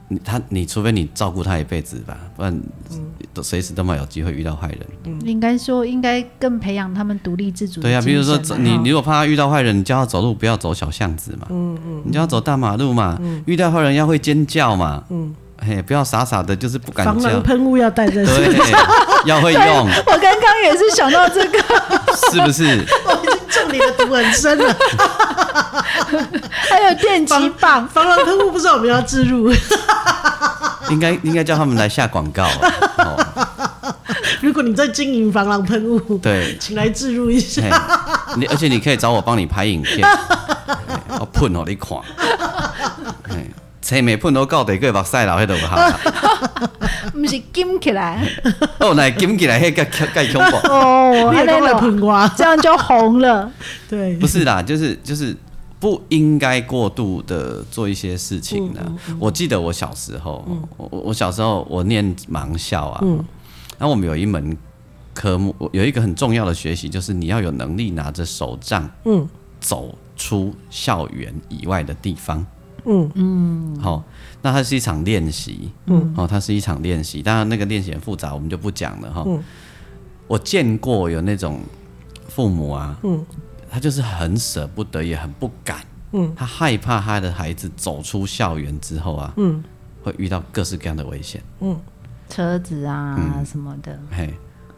S1: 你他你除非你照顾他一辈子吧，不然都随时都嘛有机会遇到坏人。
S3: 应该说应该更培养他们独立自主的
S1: 对啊，比如说
S3: 精神
S1: 走
S3: 啊
S1: 你
S3: 哈
S1: 你如果怕他遇到坏人，你叫他走路不要走小巷子嘛，嗯嗯，你叫他走大马路嘛，遇到坏人要会尖叫嘛，嗯，嘿，不要傻傻的，就是不敢
S2: 防
S1: 叫
S2: 狼，喷雾要带在身 上，
S1: 对，要会用，
S3: 我刚刚也是想到这个，
S1: 是不是？
S2: 中你的毒很深 了。
S3: 还有电击棒，
S2: 防狼喷雾不知道我们要置入，
S1: 应该应该叫他们来下广告啊，哦，
S2: 如果你在经营防狼喷雾，
S1: 对，
S2: 请来置入一下。
S1: 嘿，你而且你可以找我帮你拍影片，嘿我喷哦你看，嘿，车没喷都到地个目屎流迄度好啦，
S3: 不是金起来
S1: 哦，来捡起来迄个介恐怖。
S3: 哦，
S2: 你也
S3: 这
S2: 都来嗯
S3: 样
S2: 喷我，
S3: 这样就红了。
S2: 对
S1: 不，是啦，就是就是不应该过度的做一些事情
S2: 嗯
S1: 的。我记得我小时候，我我我小时候我念盲校啊，
S2: 嗯
S1: 然后我们有一门科目，我有一个很重要的学习，就是你要有能力拿着手杖，
S2: 嗯
S1: 走出校园以外的地方。
S2: 嗯
S1: 好、那它是一场练习，嗯，哦，它是一场练习，当然那个练习很复杂，我们就不讲了哈。
S2: 嗯
S1: 我见过有那种父母啊，嗯，他就是很舍不得，也很不敢，嗯，他害怕他的孩子走出校园之后啊，嗯，会遇到各式各样的危险，
S3: 车子啊什么的，
S1: 嘿，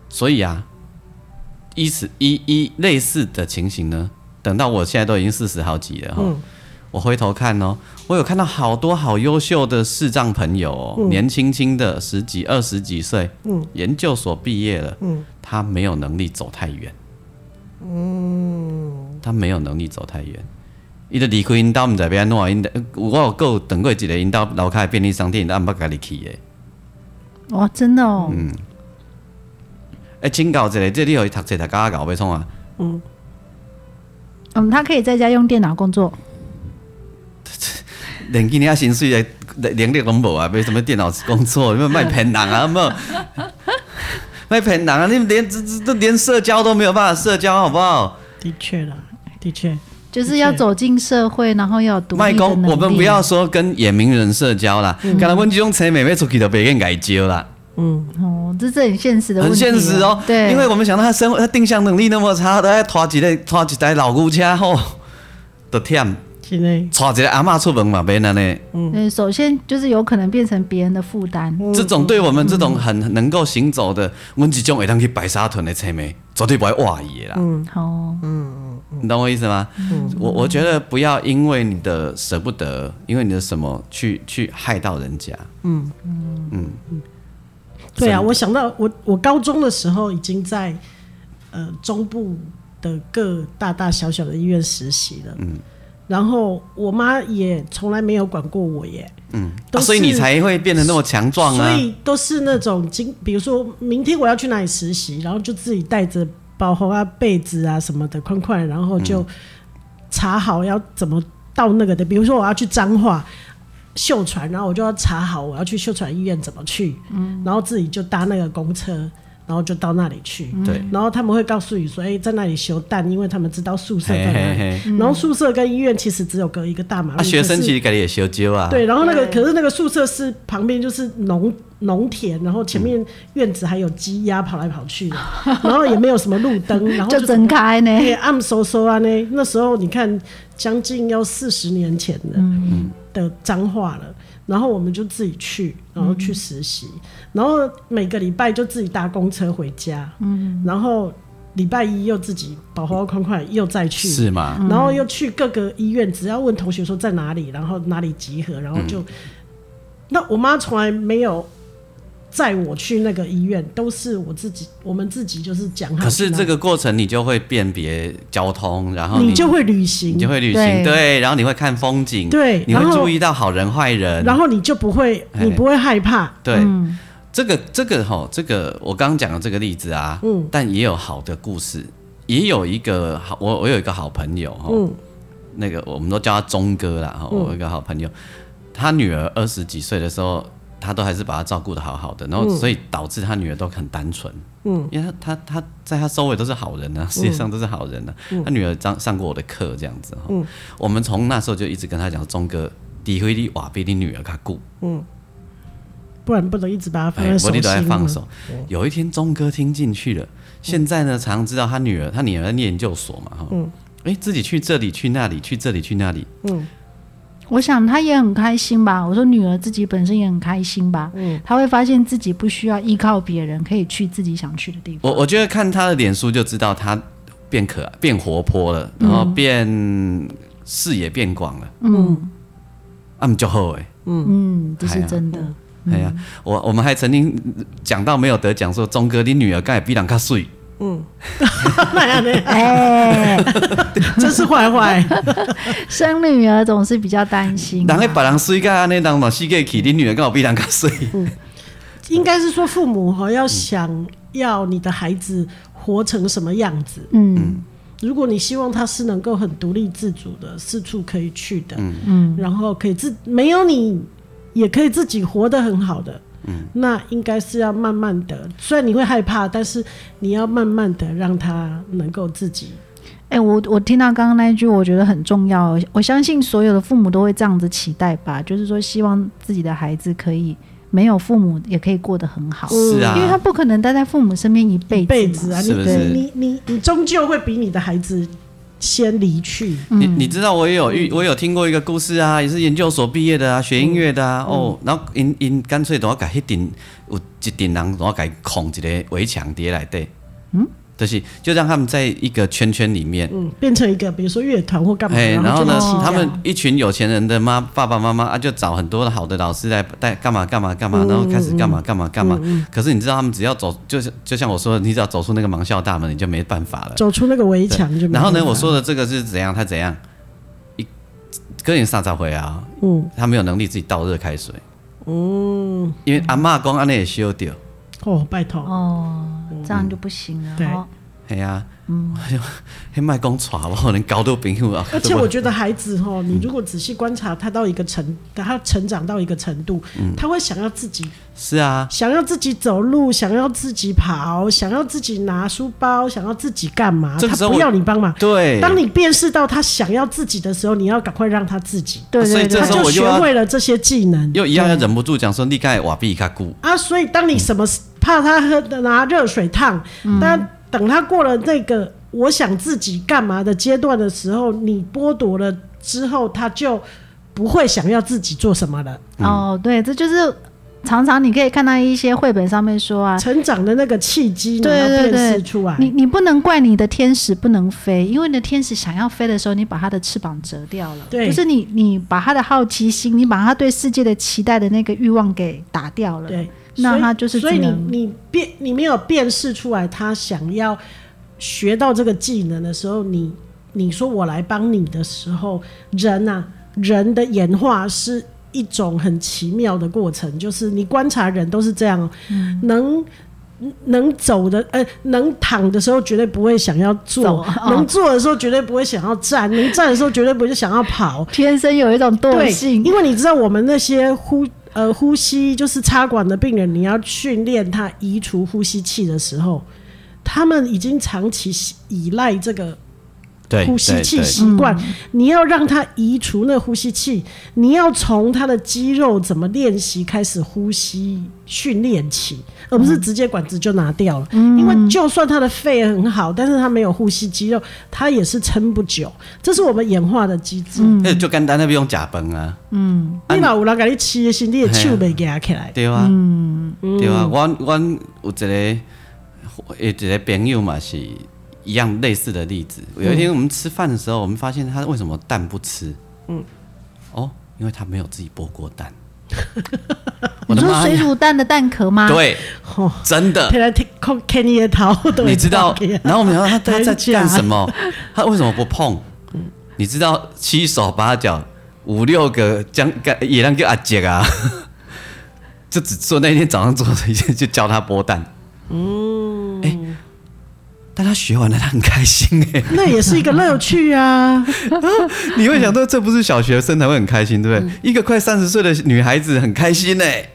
S1: 所以啊，依此依依类似的情形呢，等到我现在都已经四十好几了哈，我回头看哦，我有看到好多好优秀的视障朋友哦，年轻轻的十几、二十几岁，嗯，研究所毕业了，嗯，他没有能力走太远，嗯，他没有能力走太远。伊就离开因兜，毋知要安怎，因的我有够等过一个因兜楼骹的便利商店，俺毋捌家己去的。
S3: 哇，真的哦，
S1: 嗯哎，请教一个，这你互伊读册读到搞要创啊？
S3: 嗯，他可以在家用电脑工作，
S1: 连今年薪水的能力拢无啊，要什么电脑工作，你们卖骗人啊，没有卖骗人啊！你们连这这这连社交都没有办法社交，好不好？
S2: 的确啦，的确，
S3: 就是要走进社会，然后要有独
S1: 卖
S3: 立的能
S1: 公，
S3: 力。嗯
S1: 我们不要说跟野名人社交啦，刚才问这种陈美美出去都别人改招啦，
S2: 嗯，
S3: 哦，这是很现实的问
S1: 很
S3: 题啊，
S1: 现实哦。
S3: 对，
S1: 因为我们想到他生活，他定向能力那么差，都要拖一台拖一台老牛车吼，都忝，
S2: 现在
S1: 拖一个阿嬷出门嘛，免安尼。
S3: 对，嗯首先就是有可能变成别人的负担，
S1: 这种对我们这种很能够行走的，阮这种会当去白沙屯的车妹，绝对不会哇伊的啦。
S3: 哦，
S1: 嗯你懂我意思吗？我我觉得不要因为你的舍不得，因为你的什么去去害到人家。
S2: 对啊，
S1: 真
S2: 我想到我我高中的时候已经在呃中部的各大大小小的医院实习了，嗯，然后我妈也从来没有管过我耶，嗯，
S1: 啊所以你才会变得那么强壮啊
S2: 所！以都是那种今，比如说明天我要去哪里实习，然后就自己带着包红啊、被子啊什么的，宽宽，然后
S1: 嗯
S2: 就查好要怎么到那个的。比如说我要去彰化秀传，然后我就要查好我要去秀传医院怎么去，然后自己就搭那个公车，然后就到那里去。
S1: 对，
S2: 然后他们会告诉你说，哎、在那里修蛋，因为他们知道宿舍
S1: 嘿
S2: 在哪
S1: 嘿
S2: 里。
S1: 嘿。
S2: 然后宿舍跟医院其实只有隔一个大马路，
S1: 啊，学
S2: 可
S1: 生
S2: 是
S1: 其实家己也烧酒啊。
S2: 对，然后那个
S3: 对
S2: 可是那个宿舍是旁边就是农农田，然后前面院子还有鸡鸭跑来跑 去的，然后也没有什么路灯，然后
S3: 就睁开呢，
S2: 对暗飕飕啊呢。那时候你看，将近要四十年前的、的脏话了。然后我们就自己去，然后去实习，
S3: 嗯
S2: 然后每个礼拜就自己搭公车回家，嗯，然后礼拜一又自己保护框框又再去，
S1: 是吗？
S2: 然后又去各个医院，只要问同学说在哪里，然后哪里集合，然后
S1: 嗯
S2: 就。那我妈从来没有载我去那个医院，都是我自己，我们自己就是讲好去哪里。
S1: 可是这个过程你就会辨别交通，然后
S2: 你就
S1: 你
S2: 会旅行，
S1: 你就会旅
S3: 对
S1: 行，对，然后你会看风景，
S2: 对
S1: 你会
S2: 然后
S1: 注意到好人坏人，
S2: 然后你就不会，
S1: 哎
S2: 你不会害怕。
S1: 对，这个这个哈，这个我刚刚讲的这个例子啊，嗯，但也有好的故事，也有一个好，我我有一个好朋友哈，
S2: 嗯
S1: 那个我们都叫他钟哥啦哈，我有一个好朋友，他女儿二十几岁的时候，他都还是把她照顾的好好的，然后所以导致他女儿都很单纯，嗯，因为他他他在他周围都是好人啊，世界上都是好人啊，他女儿上上过我的课这样子哈，我们从那时候就一直跟他讲，钟哥，诋毁你瓦比你女儿他顾。
S2: 不然不能一直把它啊放
S1: 哎
S2: 在，
S1: 我
S2: 手
S1: 弟
S2: 心哦
S1: 都在放
S2: 嘛。
S1: 手。有一天，钟哥听进去了，现在呢，常知道他女儿，他女儿在念研究所嘛，哈，
S2: 嗯
S1: 哎，自己去这里，去那里，去这里，去那里，
S3: 我想他也很开心吧。我说女儿自己本身也很开心吧，
S1: 嗯
S3: 他会发现自己不需要依靠别人，可以去自己想去的地方。
S1: 我我觉得看他的脸书就知道他变可爱、变活泼了，
S2: 嗯
S1: 然后变、视野变广了，嗯，啊，就好哎。
S3: 嗯，这是真的。
S2: 嗯
S1: 哎呀，我我们还曾经讲到没有得奖，说钟哥你女儿该比人较水，
S2: 那样呢？
S3: 哎，
S2: 真是坏坏。
S3: 生女儿总是比较担心啊、
S1: 人家把人水甲安尼，人嘛世界去，你女儿刚好比人较水。
S2: 应该是说父母哈要想要你的孩子活成什么样子，
S3: 嗯，
S2: 如果你希望他是能够很独立自主的，四处可以去的，嗯，然后可以自没有你也可以自己活得很好的，嗯，那应该是要慢慢的，虽然你会害怕，但是你要慢慢的让他能够自己，
S3: 哎、我我听到刚刚那一句，我觉得很重要哦。我相信所有的父母都会这样子期待吧，就是说希望自己的孩子可以没有父母也可以过得很好，
S1: 是啊，
S3: 因为他不可能待在父母身边一辈
S2: 一
S3: 子嘛。
S2: 辈子啊，
S1: 是不是
S2: 你你你你终究会比你的孩子先离去，
S1: 你你知道我也有遇，我有听过一个故事啊，也是研究所毕业的啊，学音乐
S2: 嗯
S1: 的啊，哦，然后因因干脆都要改一顶有一顶人，都要改空一个围墙伫内底，嗯，就是就让他们在一个圈圈里面，
S2: 嗯，变成一个比如说乐团或干嘛，
S1: 哎，然
S2: 后
S1: 后
S2: 就
S1: 呢
S2: 一起这，样
S1: 他们一群有钱人的妈爸爸妈妈啊，就找很多的好的老师来带干嘛干嘛干
S2: 嗯
S1: 嘛，然后开始干嘛干嘛干嘛。可是你知道，他们只要走，就是就像我说的，你只要走出那个盲校大门，你就没办法了。
S2: 走出那个围墙就没办法。
S1: 然后呢，我说的这个是怎样，他怎样，一个人撒咋回啊？
S2: 嗯
S1: 他没有能力自己倒热开水。嗯，因为阿嬷讲安尼也修掉，
S2: 哦，拜托，
S3: 哦，这样就不行了。
S2: 对
S3: 哦
S1: 系啊， 嗯，卖讲娶我可能搞到朋友啊。
S2: 而且我觉得孩
S1: 嗯
S2: 子哦，你如果仔细观察他到一个程，他成长到一个程度，
S1: 嗯
S2: 他会想要自己
S1: 是啊，
S2: 想要自己走路，想要自己跑，想要自己拿书包，想要自己干嘛？
S1: 这个
S2: 他
S1: 时候
S2: 不要你帮忙。
S1: 对，
S2: 当你辨识到他想要自己的时候，你要赶快让他自己。
S3: 对
S1: 所以
S3: 对
S1: 这
S3: 对
S2: 他
S1: 时候
S2: 就
S1: 我就
S2: 学
S1: 要
S2: 会了这些技能
S1: 又一样要忍不住讲说，你盖瓦比卡姑，
S2: 啊。所以当你什么事怕他喝拿热水烫，
S3: 嗯
S2: 但等他过了那个我想自己干嘛的阶段的时候，你剥夺了之后，他就不会想要自己做什么了。
S1: 嗯
S3: 哦，对，这就是常常你可以看到一些绘本上面说啊，
S2: 成长的那个契机，你
S3: 对
S2: 要
S3: 对
S2: 辨识
S3: 对
S2: 出来。
S3: 你你不能怪你的天使不能飞，因为你的天使想要飞的时候，你把它的翅膀折掉了。
S2: 对
S3: 就是你你把它的好奇心，你把它对世界的期待的那个欲望给打掉了。
S2: 对，
S3: 那
S2: 所以
S3: 他就是
S2: 所以
S3: 只
S2: 你
S3: 能
S2: 你辨你没有辨识出来他想要学到这个技能的时候，你你说我来帮你的时候，人啊，人的演化是。一种很奇妙的过程，就是你观察人都是这样哦、
S3: 嗯
S2: 能能走的，呃，能躺的时候绝对不会想要
S3: 走
S2: 坐，
S3: 哦
S2: 能坐的时候绝对不会想要站，能站的时候绝对不会想要跑，
S3: 天生有一种惰
S2: 对，
S3: 性，
S2: 因为你知道我们那些呼呃呼吸就是插管的病人，你要训练他移除呼吸器的时候，他们已经长期习依赖这个
S1: 对，
S2: 呼吸
S1: 对
S2: 器
S1: 对
S2: 习惯，你要让他移除那呼吸器，你要从他的肌肉怎么练习开始呼吸训练起，而不是直接管子就拿掉了。因为就算他的肺很好，但是他没有呼吸肌肉，他也是撑不久。这是我们演化的机制。
S1: 那就简单，那不用假崩啊，
S2: 你若有人甲你饲的时候，你的手袂夹起来。
S1: 对啊，对啊，我我有一个有一个朋友嘛，是一样类似的例子。有一天我们吃饭的时候，我们发现他为什么蛋不吃？嗯，哦，因为他没有自己剥过蛋。
S3: 你
S1: 我的
S3: 说
S1: 妈
S3: 水
S1: 呀！
S3: 煮蛋的蛋壳吗？，
S1: 对，
S2: 哦
S1: 真的
S2: 摕，来踢看看你的头都会
S1: 啊你知道
S2: 痛起来？
S1: 然后我们想说他啊他在
S2: 真假
S1: 干什么？他为什么不碰？你知道七手八脚五六个将也让叫阿杰啊， 就只做那天早上做的一件，就教他剥蛋。嗯，哎、但他学完了，他很开心哎、
S2: 那也是一个乐趣啊！
S1: 你会想到这不是小学生才会很开心，对不对？一个快三十岁的女孩子很开心哎、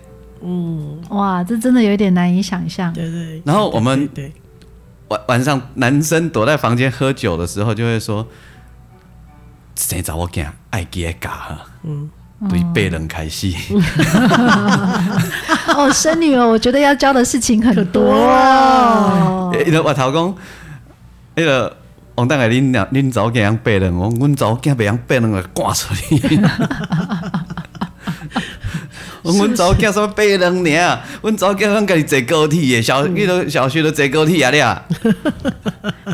S3: 哇，这真的有点难以想象。
S2: 对对对。
S1: 然后我们
S2: 对对
S1: 晚晚上男生躲在房间喝酒的时候，就会说：“谁找我干？爱给嘎。”嗯，对，被人开始。
S3: 哦，生女儿，我觉得要教的事情很多哦。
S1: 伊就我头讲，迄个王大爷，恁娘恁查某囝养白人，我讲阮查某囝袂养白人，来赶出去。 我阮查某囝什么白人尔？阮查某囝阮家己坐高铁的，小迄个小学都坐高铁啊俩。
S3: 哦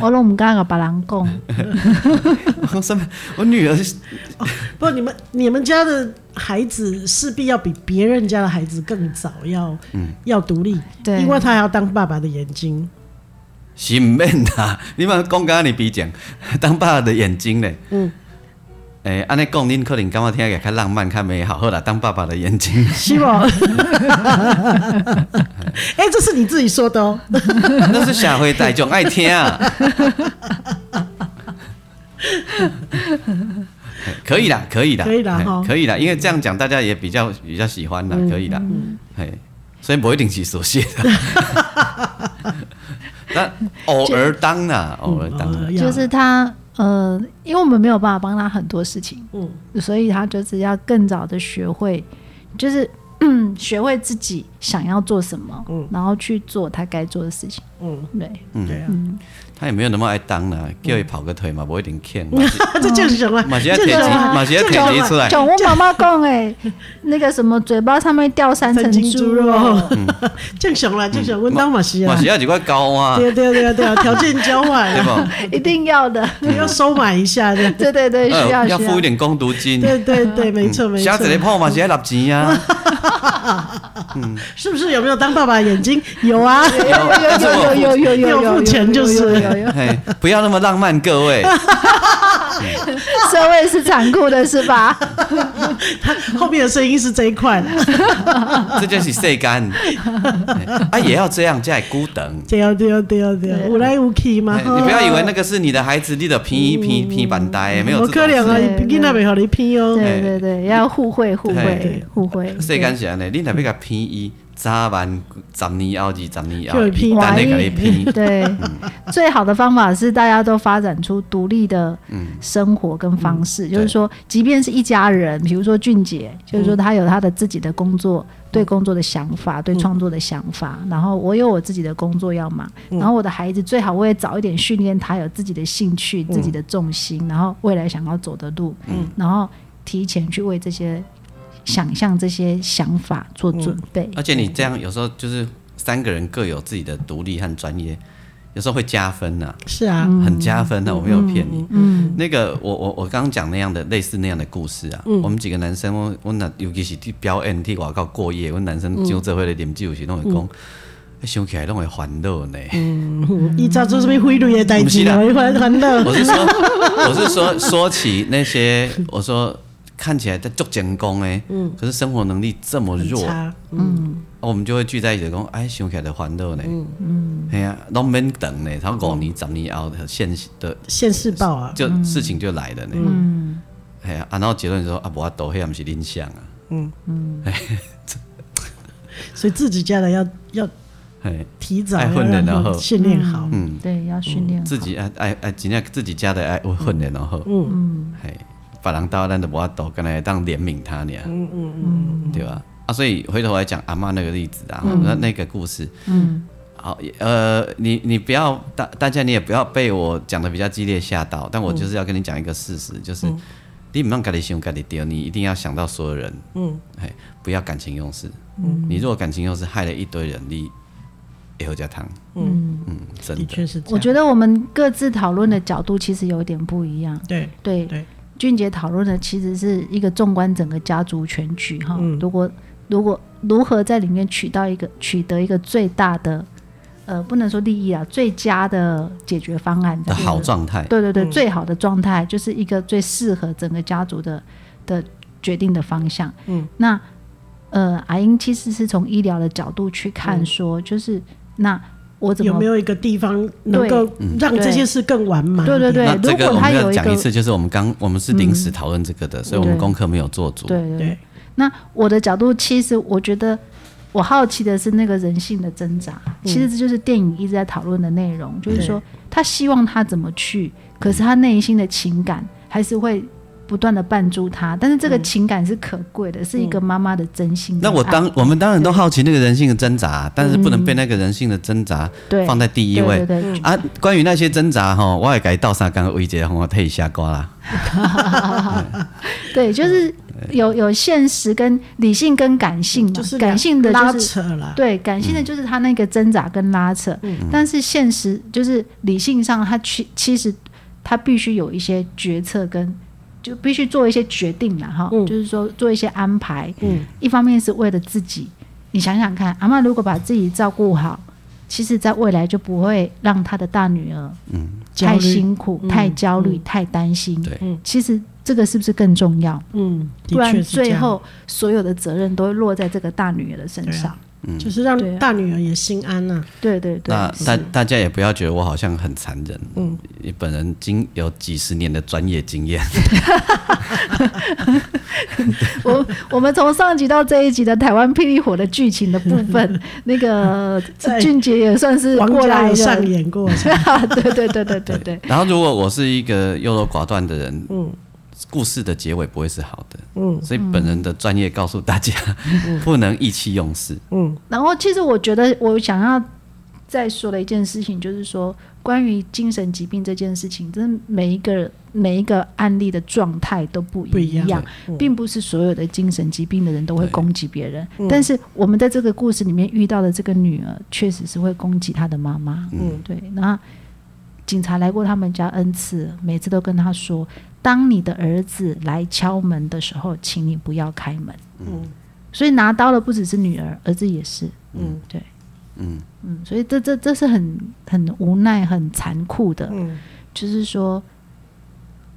S3: 我拢唔敢个别人 讲，
S1: 我讲什么？我女儿是
S2: 不，你们你们家的孩子势必要比别人家的孩子更早要
S1: 嗯
S2: 要独立，
S3: 对
S2: 因为他还要当爸爸的眼睛。
S1: 是毋免啦，你嘛讲甲你逼讲， 当爸的眼睛咧。
S2: 嗯
S1: 嗯。诶、安尼讲恁可能感觉听起来较浪漫、较美好，好啦，当爸爸的眼睛。
S2: 是不？哎、这是你自己说的哦。
S1: 那是社会大众爱听啊。 可以啦，可以啦，
S2: 可以啦嗯
S1: 嘿
S2: 哈
S1: 可以啦，因为这样讲大家也比较比较喜欢啦，可以啦，嘿，所以不一定是熟悉的， 但偶尔当啦，偶尔哦当 啦，
S3: 就是他呃，因为我们没有办法帮他很多事情，
S2: 嗯
S3: 所以他就是要更早的学会，就是嗯学会自己想要做什么，然后去做他该做的事情。
S2: 嗯，
S3: 对，
S2: 对啊，
S1: 他也没有那么爱当
S2: 嗯
S1: 啦，叫他跑个腿嘛，不会点 欠嘛，
S2: 这就是什么？
S1: 马
S2: 这
S1: 杰铁
S2: 就是
S1: 皮，
S2: 嘛
S1: 马杰
S2: 这
S1: 铁
S2: 就是
S1: 皮
S2: 嘛
S1: 出来，
S3: 像我妈妈讲诶，那个什么嘴巴上面掉三层
S2: 三斤
S3: 猪
S2: 猪
S3: 肉
S2: 肉，，正常啦，正常，阮当嘛是
S1: 嗯马
S2: 啊，
S1: 杰要几块高啊，
S2: 对对对对，条件交换
S1: 对
S2: 啊，
S1: 吧？
S3: 一定要的。
S2: 对要收买一下这样，
S3: 对对对，需要
S1: 呃，要
S3: 需
S1: 付一点工读金，嗯
S2: 对对对，没错没错
S1: 写一，个铺嘛是要立钱 啊，
S2: 是不是有没有当爸爸的眼睛？有啊，
S3: 有有有有有有有
S1: 嘿，不要那么浪漫，各位，
S3: 社会是残酷的，是吧？
S2: 后面的声音是这一块啦，
S1: 这就是世间，嘿啊，也要这样才会孤等。
S2: 对啊对啊对啊对啊，有来有去嘛，
S1: 哎你不要以为那个是你的孩子，你的偏一偏偏板呆，没有
S2: 我
S1: 这
S2: 嗯
S1: 种
S2: 可怜
S1: 事。
S2: 啊，
S3: 对对
S2: 囡仔袂互你骗哦，
S3: 对对对，要互惠互惠互惠。
S1: 世间是安尼，你若要甲偏一，早晚十年后、二十年后，
S2: 就会
S1: 伊
S2: 偏
S1: 等你甲你 偏。
S3: 对，最好的方法是大家都发展出独立的生活跟方式，就是说，即便是一家人，比如说俊杰，就是说他有他的自己的工作，对工作的想法，对创作的想法，然后我有我自己的工作要忙，然后我的孩子最好我也早一点训练他有自己的兴趣、自己的重心，然后未来想要走的路，然后提前去为这些。想象这些想法做准备，
S1: 而且你这样有时候就是三个人各有自己的独立和专业，有时候会加分呐、
S2: 是啊，
S1: 很加分呐、我没有骗你。嗯，那个我我我刚刚讲那样的类似那样的故事啊，我们几个男生，我我那尤其是去表演去外口过夜，我男生就这回来啉酒时，拢会讲，欸想起来拢会哎烦恼呢。
S2: 伊早做什么贿赂的代志啊，
S1: 不
S2: 伊烦烦恼，
S1: 我是说， 我是说，说起那些，我说看起来在做成功哎，可是生活能力这么
S2: 很
S1: 弱，啊
S2: 差，
S1: 哦我们就会聚在一起讲，哎，想起来就烦恼呢，嗯嗯，哎呀、啊，拢免等呢，他五年、十年后的现的
S2: 现世报啊，
S1: 就事情就来了呢，嗯，哎呀、啊，然后结论说啊，我抖黑不是林相啊，
S2: 所以自己家的要要
S1: 嘿，
S2: 提早
S1: 爱
S2: 要
S1: 混的
S2: 让
S1: 然后
S2: 他训练好，
S1: 嗯，
S3: 对，要训练好
S1: 自己啊爱爱爱，尽量自己家的爱混的，然后，嗯嗯，嘿，把人到咱的我抖，跟来当怜悯他呢，嗯嗯嗯，对吧？啊，所以回头来讲阿妈那个例子啊，那、那个故事，
S3: 嗯，
S1: 好，呃，你你不要大大家你也不要被我讲的比较激烈吓到，但我就是要跟你讲一个事实，就是、你不用自己想自己丢，你一定要想到所有人，嗯，嘿，不要感情用事，嗯，你如果感情用事害了一堆人，你也会加汤，嗯嗯，真
S2: 的
S1: 的，
S2: 确是这
S3: 我
S2: 样，
S3: 觉得我们各自讨论的角度其实有点不一样。
S2: 对
S3: 对，
S2: 对，
S3: 俊杰讨论的其实是一个纵观整个家族全局哈、如果如果如何在里面取到一个取得一个最大的呃，不能说利益啊，最佳的解决方案
S1: 的好状态，
S3: 对对对，最好的状态就是一个最适合整个家族的的决定的方向。嗯，那呃，阿英其实是从医疗的角度去看说，就是那我怎
S2: 有
S3: 么
S2: 没有一个地方能够让这些事更完满？
S3: 对对对
S1: 那这
S3: 如
S1: 个
S3: 果
S1: 我
S3: 他
S1: 们
S3: 有
S1: 要
S3: 一
S1: 讲
S3: 个嗯
S1: 一次，就是我们刚我们是临时讨论这个的，所以我们
S3: 对
S1: 功课没有做足。
S3: 对对对
S2: 对。
S3: 那我的角度，其实我觉得我好奇的是那个人性的挣扎，
S2: 嗯
S3: 其实这就是电影一直在讨论的内容，就是说他希望他怎么去，可是他内心的情感还是会。不断的绊住他，但是
S2: 嗯
S3: 这个情感是可贵的，是一个妈妈的啊真心的
S1: 那
S3: 爱。
S1: 我当我们当然都好奇那个人性的挣扎，但是不能被那个人性的挣扎
S3: 嗯对
S1: 放在第一位
S3: 对对对，
S1: 啊。关于那些挣扎哈，我也改倒三刚微节，我退下瓜啦。
S3: 对，
S1: 嗯
S3: 就是有有现实跟理性跟感性嘛，
S2: 嗯就是
S3: 感性的
S2: 拉
S3: 就是
S2: 扯啦，
S3: 对，感
S2: 嗯
S3: 性的就是他那个挣扎跟拉扯，但是现实就是理性上，他其其实他必须有一些决策跟。就必须做一些决定了哈，
S2: 嗯
S3: 就是说做一些安排。嗯，一方面是为了自己，你想想看，阿妈如果把自己照顾好，其实在未来就不会让她的大女儿
S2: 焦
S3: 太
S2: 嗯虑嗯
S3: 辛苦、太焦虑、太担心。
S1: 对，
S3: 其实这个是不是更重要？
S2: 嗯，的
S3: 不然
S2: 确是这
S3: 最
S2: 样，
S3: 后所有的责任都会落在这个大女儿的身
S2: 对啊
S3: 上。
S2: 就是
S3: 对啊
S2: 让大女儿也心安啊呐。
S3: 对对对，
S1: 那大大家也不要觉得我好像很残忍，嗯，你本人经有几十年的专业经验，
S3: 我我们从上集到这一集的台湾霹雳火的剧情的部 分，那个呃
S2: 在
S3: 俊杰也算是
S2: 王
S3: 过
S2: 家
S3: 来
S2: 有
S3: 人
S2: 上，演过，
S3: 对对对对对对，
S1: 然后如果我是一个优柔寡断的人，嗯，故事的结尾不会是好的。嗯，所以本人的专业告诉大家，不能意气用事。
S3: 然后，其实我觉得我想要再说的一件事情，就是说关于精神疾病这件事情，真的每一个每一个案例的状态都不
S2: 不一
S3: 一
S2: 样
S3: 样，并不是所有的精神疾病的人都会攻击别人。但是我们在这个故事里面遇到的这个女儿，确实是会攻击她的妈妈。
S2: 嗯，
S3: 对，那警察来过他们家 n 次，每次都跟她说，当你的儿子来敲门的时候，请你不要开门。
S2: 嗯
S3: 所以拿刀的不只是女儿，儿子也是。
S2: 嗯
S1: 嗯，
S3: 嗯，所以这这这是很很无奈、很残酷的，
S2: 嗯
S3: 就是说，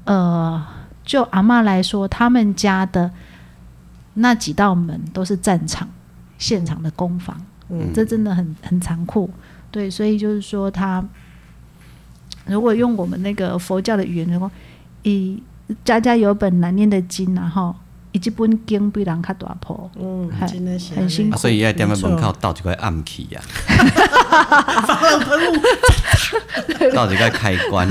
S3: 呃，就阿嬷来说，他们家的那几道门都是战场，现场的攻防，
S2: 嗯
S3: 这真的很很残酷。对，所以就是说他，如果用我们那个佛教的语言的话，以家家有本难念的经、然后以及本经比人较大破。
S2: 嗯，
S3: 很
S2: 真的是
S3: 很辛
S1: 啊、
S3: 苦
S1: 所以要在
S2: 没
S1: 门
S2: 错
S1: 门口倒一块暗器呀、啊，倒一块开关，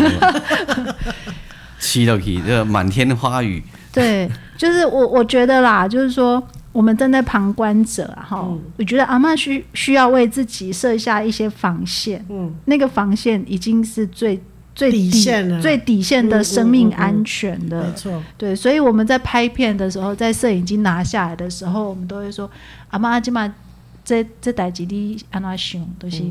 S1: 吸落去，这满天花雨，
S3: 对，就是我我觉得啦，就是说我们站在旁观者啊哈、
S2: 嗯
S3: 我觉得阿嬷需需要为自己设下一些防线，
S2: 嗯
S3: 那个防线已经是最最
S2: 底线了嗯
S3: 最底线的生命安全的。
S2: 没错，
S3: 对，所以我们在拍片的时候，在摄影机拿下来的时候，我们都会说：“阿妈，今嘛这这代志你安怎想？”就是、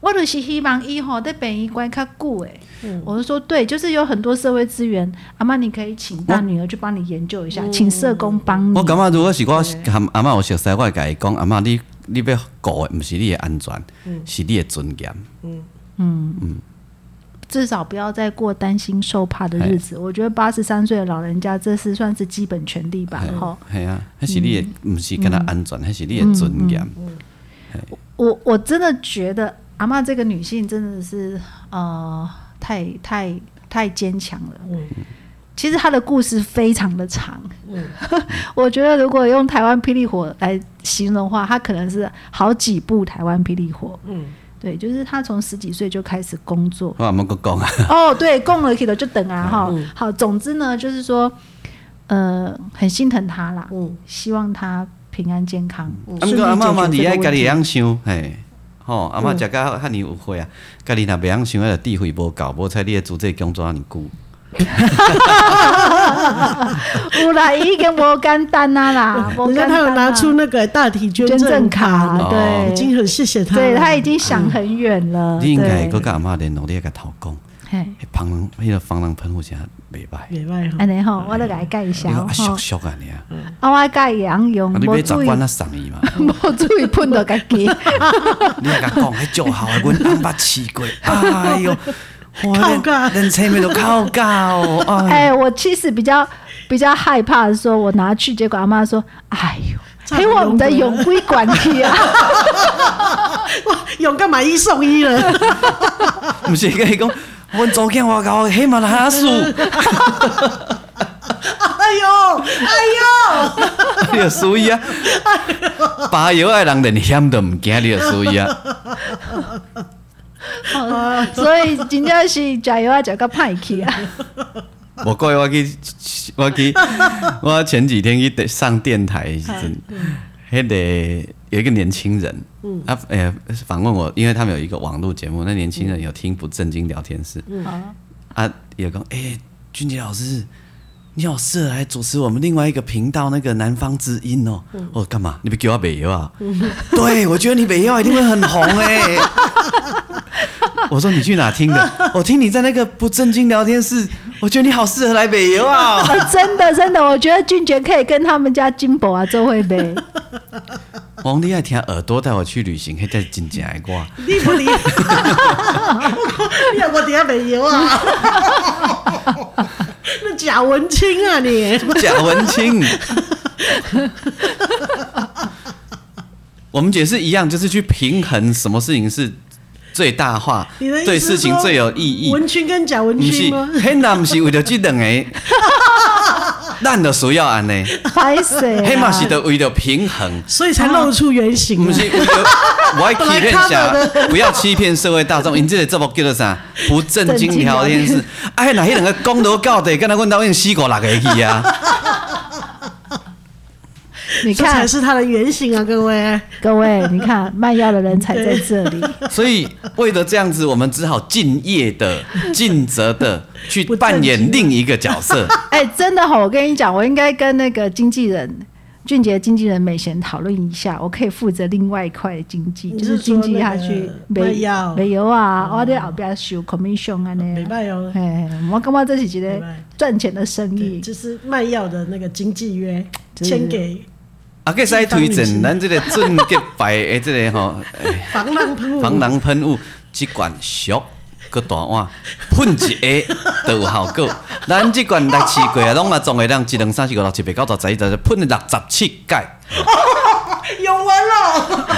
S3: 我就是希望伊吼在北医关较久诶。我就说对，就是有很多社会资源，阿妈你可以请大女儿去帮你研究一下，请社工帮你。
S1: 我感觉如果是我含阿嬷有熟悉，我会甲伊讲，阿嬷你你要顾的，毋是你的安全，是你的尊严。
S3: 至少不要再过担心受怕的日子。我觉得八十三岁的老人家，这是算是基本权利吧？哈、
S1: 系啊，迄是你的，毋是敢若安全，迄是你的尊严。
S3: 我我真的觉得阿嬷这个女性真的是呃，太太太坚强了。
S2: 嗯
S3: 其实她的故事非常的长。 我觉得如果用台湾霹雳火来形容的话，她可能是好几部台湾霹雳火。
S2: 嗯
S3: 对，就是她从十几岁就开始工作，
S1: 我阿妈佫讲啊，
S3: 哦，对，供了 k i 就等
S2: 嗯
S3: 啊哈。好，总之呢，就是说，呃，很心疼他啦，
S2: 嗯
S3: 希望他平安健康。
S1: 啊，毋过阿嬷嘛，你爱家己会晓想，嘿，吼，阿
S3: 嗯
S1: 嬷食到遐尼有货啊，家己若袂晓想，迄智慧无够，无采你的主宰工作安尼久。
S3: 有啦，已经无简单 啊啦，无
S2: 人家
S3: 简单
S2: 他
S3: 啦
S2: 有拿出那个大体捐
S3: 啊捐
S2: 赠
S3: 赠卡，
S2: 了
S1: 哦
S3: 对，
S2: 已经很谢谢他了，
S3: 对他已经想很远了。
S1: 嗯你应该
S3: 对
S1: 佫甲阿嬷联络，你爱甲头讲，
S3: 嘿，
S1: 迄防狼，迄个防狼喷雾啥袂歹，
S2: 也外哈，
S3: 安尼吼，我来给他盖一
S1: 你
S3: 下
S1: 讲
S3: 哦
S1: 嗯啊
S3: 吼
S1: 俗，俗安尼啊，
S3: 啊，我盖杨勇，
S1: 啊你
S3: 无
S1: 买十
S3: 注意，
S1: 罐啊哎送伊嘛。
S3: 无注意碰到家 己。
S1: 你甲讲，迄 足好的，阮翁捌饲过。哎哟，
S2: 靠架
S1: 人车面都靠架哦。哎，
S3: 哎，我其实比较比较害怕的说，我拿去，结果阿妈说：“哎呦，
S2: 差
S3: 陪
S2: 点
S3: 我们的永归管去啊
S2: 哇，有干嘛一送一了？
S1: 毋是甲伊讲，阮祖囝外口迄嘛哪输，
S2: 哎呦，哎呦，
S1: 你就输伊啊。巴油爱人连险都毋惊，你就输伊啊。！”
S3: 哦 所以真正是加油啊，加个派去啊！
S1: 无怪我去，我去，我前几天去上电台的时阵，迄个有一个年轻人，他诶访问我，因为他们有一个网络节目，那年轻人有听不正经聊天室，啊，有讲，哎、俊杰老师，你好适合来主持我们另外一个频道那个南方之音哦。哦，干嘛？你不给我北邮啊？对，我觉得你北邮一定会很红哎、 我说你去哪听的？我听你在那个不正经聊天室，我觉得你好适合来北邮啊。
S3: 哎真的真的，我觉得俊杰可以跟他们家金宝啊做会呗。
S1: 王力爱听耳朵带我去旅行，还带真正的我。
S2: 你不 理，你有我底下没油啊？ 那假文青啊你！
S1: 贾 文清。我们解释一样，就是去平衡什么事情是最大化，
S2: 你的意思
S1: 对
S2: 是
S1: 事情
S2: 说
S1: 最有意义。
S2: 文青跟假文
S1: 不是
S2: 青吗？，
S1: 那不是为了这两个。咱就需要安尼，
S2: 啊
S3: 拍啊谁？
S1: 迄嘛是得为了平衡，
S2: 所以才露出原形
S1: 不
S2: 啊。
S1: 是为了 我要欺骗啥，不要欺骗社会大众。因这个节目叫做啥？不正经聊天室。 哎，那迄两个公道到底，敢若阮兜因死五六个去 啊？
S3: 你
S2: 这才
S3: 看
S2: 是他的原型啊，各位。
S3: 各位，你看卖药的人才在这里，
S1: 所以为了这样子，我们只好敬业的、尽责的去
S2: 不正经
S1: 扮演另一个角 色。
S3: 哎、真的吼，我跟你讲，我应该跟那个经纪人。俊杰经纪人美贤讨论一下，我可以负责另外一块经济，
S2: 你
S3: 就是是经济下
S2: 说那
S3: 去
S2: 个卖
S3: 没
S2: 药
S3: 没有啊，我在后边收 commission 啊
S2: 没
S3: 呢。
S2: 办哦，嗯
S3: 哎，我感觉这是一
S2: 明
S3: 个
S2: 白
S3: 赚钱的生
S2: 对，
S3: 意，
S2: 就是卖药的那个经纪约
S3: 对
S2: 签给
S1: 啊，可以使推荐咱这个正洁白的这个吼
S2: 防狼喷雾，
S1: 防狼喷雾，即罐俗。个大碗喷一下就有效果。 咱即罐来试过啊，拢嘛总会当一两三四五六七八九十十一十二喷了六十七届。
S2: 有啊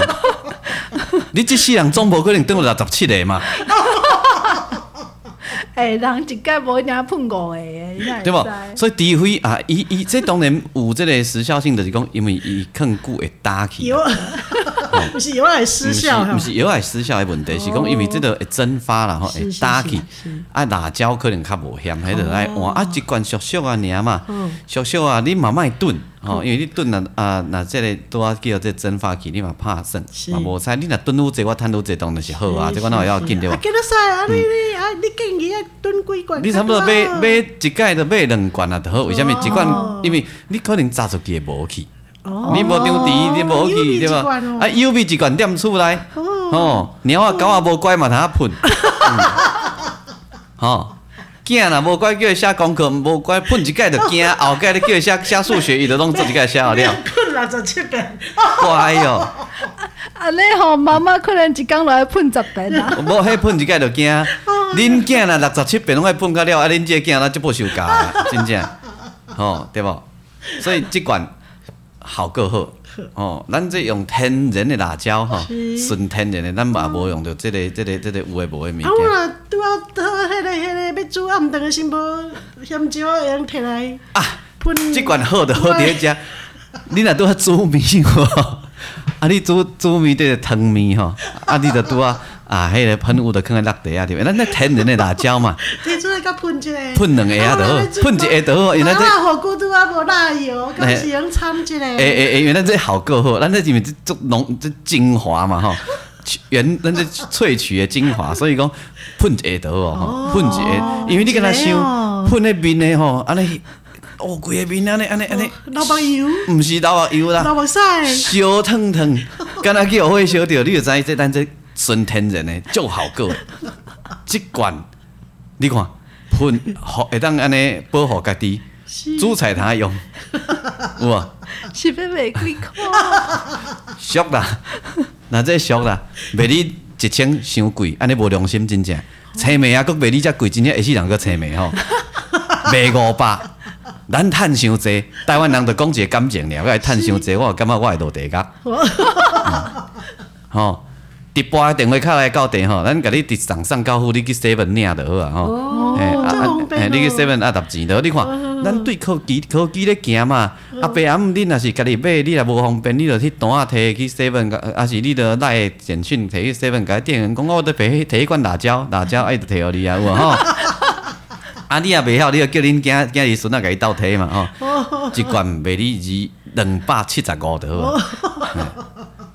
S2: 闻了。
S1: 你即世人总无可能等到六十七个嘛，
S3: 哎、人一届无一定要碰五个的，你哪会
S1: 对无
S3: 知？
S1: 所以除非啊，伊伊这当然有即个时效性，就是讲因为伊更久会打起
S2: 有，，啊不是有啊点失效哈
S1: 毋。哦是药害失效的问题，是讲因为即个会蒸发啦吼，会
S3: 是是
S1: 打起
S3: 是是，
S1: 啊辣椒可能较无咸，迄就爱换啊一罐俗俗啊尔嘛，俗俗啊你嘛莫炖吼，因为你炖啊啊若即个拄啊叫即蒸发起，你嘛拍算
S2: 是，
S1: 嘛无差，你若炖愈济，我趁愈济当然是好啊，这个哪有要紧对
S2: 啊
S1: 无？
S2: 叫他塞啊，你你啊，你建议啊蹲几罐？
S1: 你差不多买
S2: 啊
S1: 买一届就买两罐啊，就
S2: 哦
S1: 好。为什物一罐？因为你可能炸出去的无去，
S2: 哦
S1: 你无张碟，你无去，
S2: UV
S1: 对吧
S2: 一罐哦？
S1: 啊，U V 一罐踮厝内，哦，猫啊狗啊无乖嘛，通啊喷， 吼。囝若无乖叫伊写功课，无乖喷一届就惊，后届你叫伊写写数学，伊就拢做一届写 好了。
S2: 困了十七遍，
S1: 乖哦哟，
S3: 啊，你吼妈妈可能一工落来喷十遍 啊啦。
S1: 无迄喷一届就惊。恁囝若六十七遍拢爱喷到了，啊恁这个囝若即步休假 的，啊真正，吼、对无？所以即款效果好，哦，咱这用天然的辣椒吼，纯天然的，咱嘛无用着即个、即个、即个有诶无诶物
S2: 啊我
S1: 件。
S2: 若拄好到迄个迄个要煮暗顿的先无嫌少，会用摕来
S1: 啊，嗯
S2: 喷。
S1: 即款好 着好伫咧遮，你若拄啊煮面吼，啊你煮煮面这个汤面吼，啊你着拄啊啊迄个喷雾着放咧落地啊对，咱那天然的辣椒嘛。
S2: 摕出来甲喷一下，
S1: 喷两下就好喷一下就好因
S2: 因
S1: 为
S2: 为
S1: 咱这
S2: 这火锅拄啊无辣油，敢是用掺一下。
S1: 诶诶诶，原来这好够好，咱这里面这这浓这精华嘛吼，原咱这萃取的精华，所以讲喷一下倒哦，吼喷一下，因为你跟他想喷那面的吼，安尼哦规个面安尼安尼安尼，
S2: 老板油，
S1: 毋是老啊油
S2: 老
S1: 啦，
S2: 板屎，
S1: 烧烫烫，敢若去学会烧着，你就知这咱这纯天然的就好够，即罐你看喷，好会当安尼保护家己，
S2: 是
S1: 煮菜他用，有无？
S3: 是要玫瑰裤，
S2: 啊
S1: 俗啦，那这俗啦，卖你一千伤贵，安尼无良心真正。青梅啊，佫卖你遮贵，真正会死人佫青梅吼，卖五百，咱趁伤济，台湾人着讲一个感情尔，我来趁伤济，我感觉我会落地角。嗯吼、直播的电话卡来到地吼，咱甲你直送送到付，你去 seven 领就好啊吼。
S2: 哦
S1: 嘿啊
S2: 这
S1: 啊
S2: 方便
S1: 嘿
S2: 哦嗯
S1: 你去 seven 啊，搭钱落，你看，咱对科技科技咧行嘛。啊，爸阿姆，你若是家己买，你若无方便，你著去单啊摕去 seven，啊是你著来简讯摕去 seven，甲店员讲，我著摕摕一罐辣椒，辣 椒爱著摕互你啊，有无吼？啊，你也袂晓，你著叫恁囝囝儿孙仔甲伊斗摕嘛吼。一罐卖你二两百七十五就好啊。
S2: 哦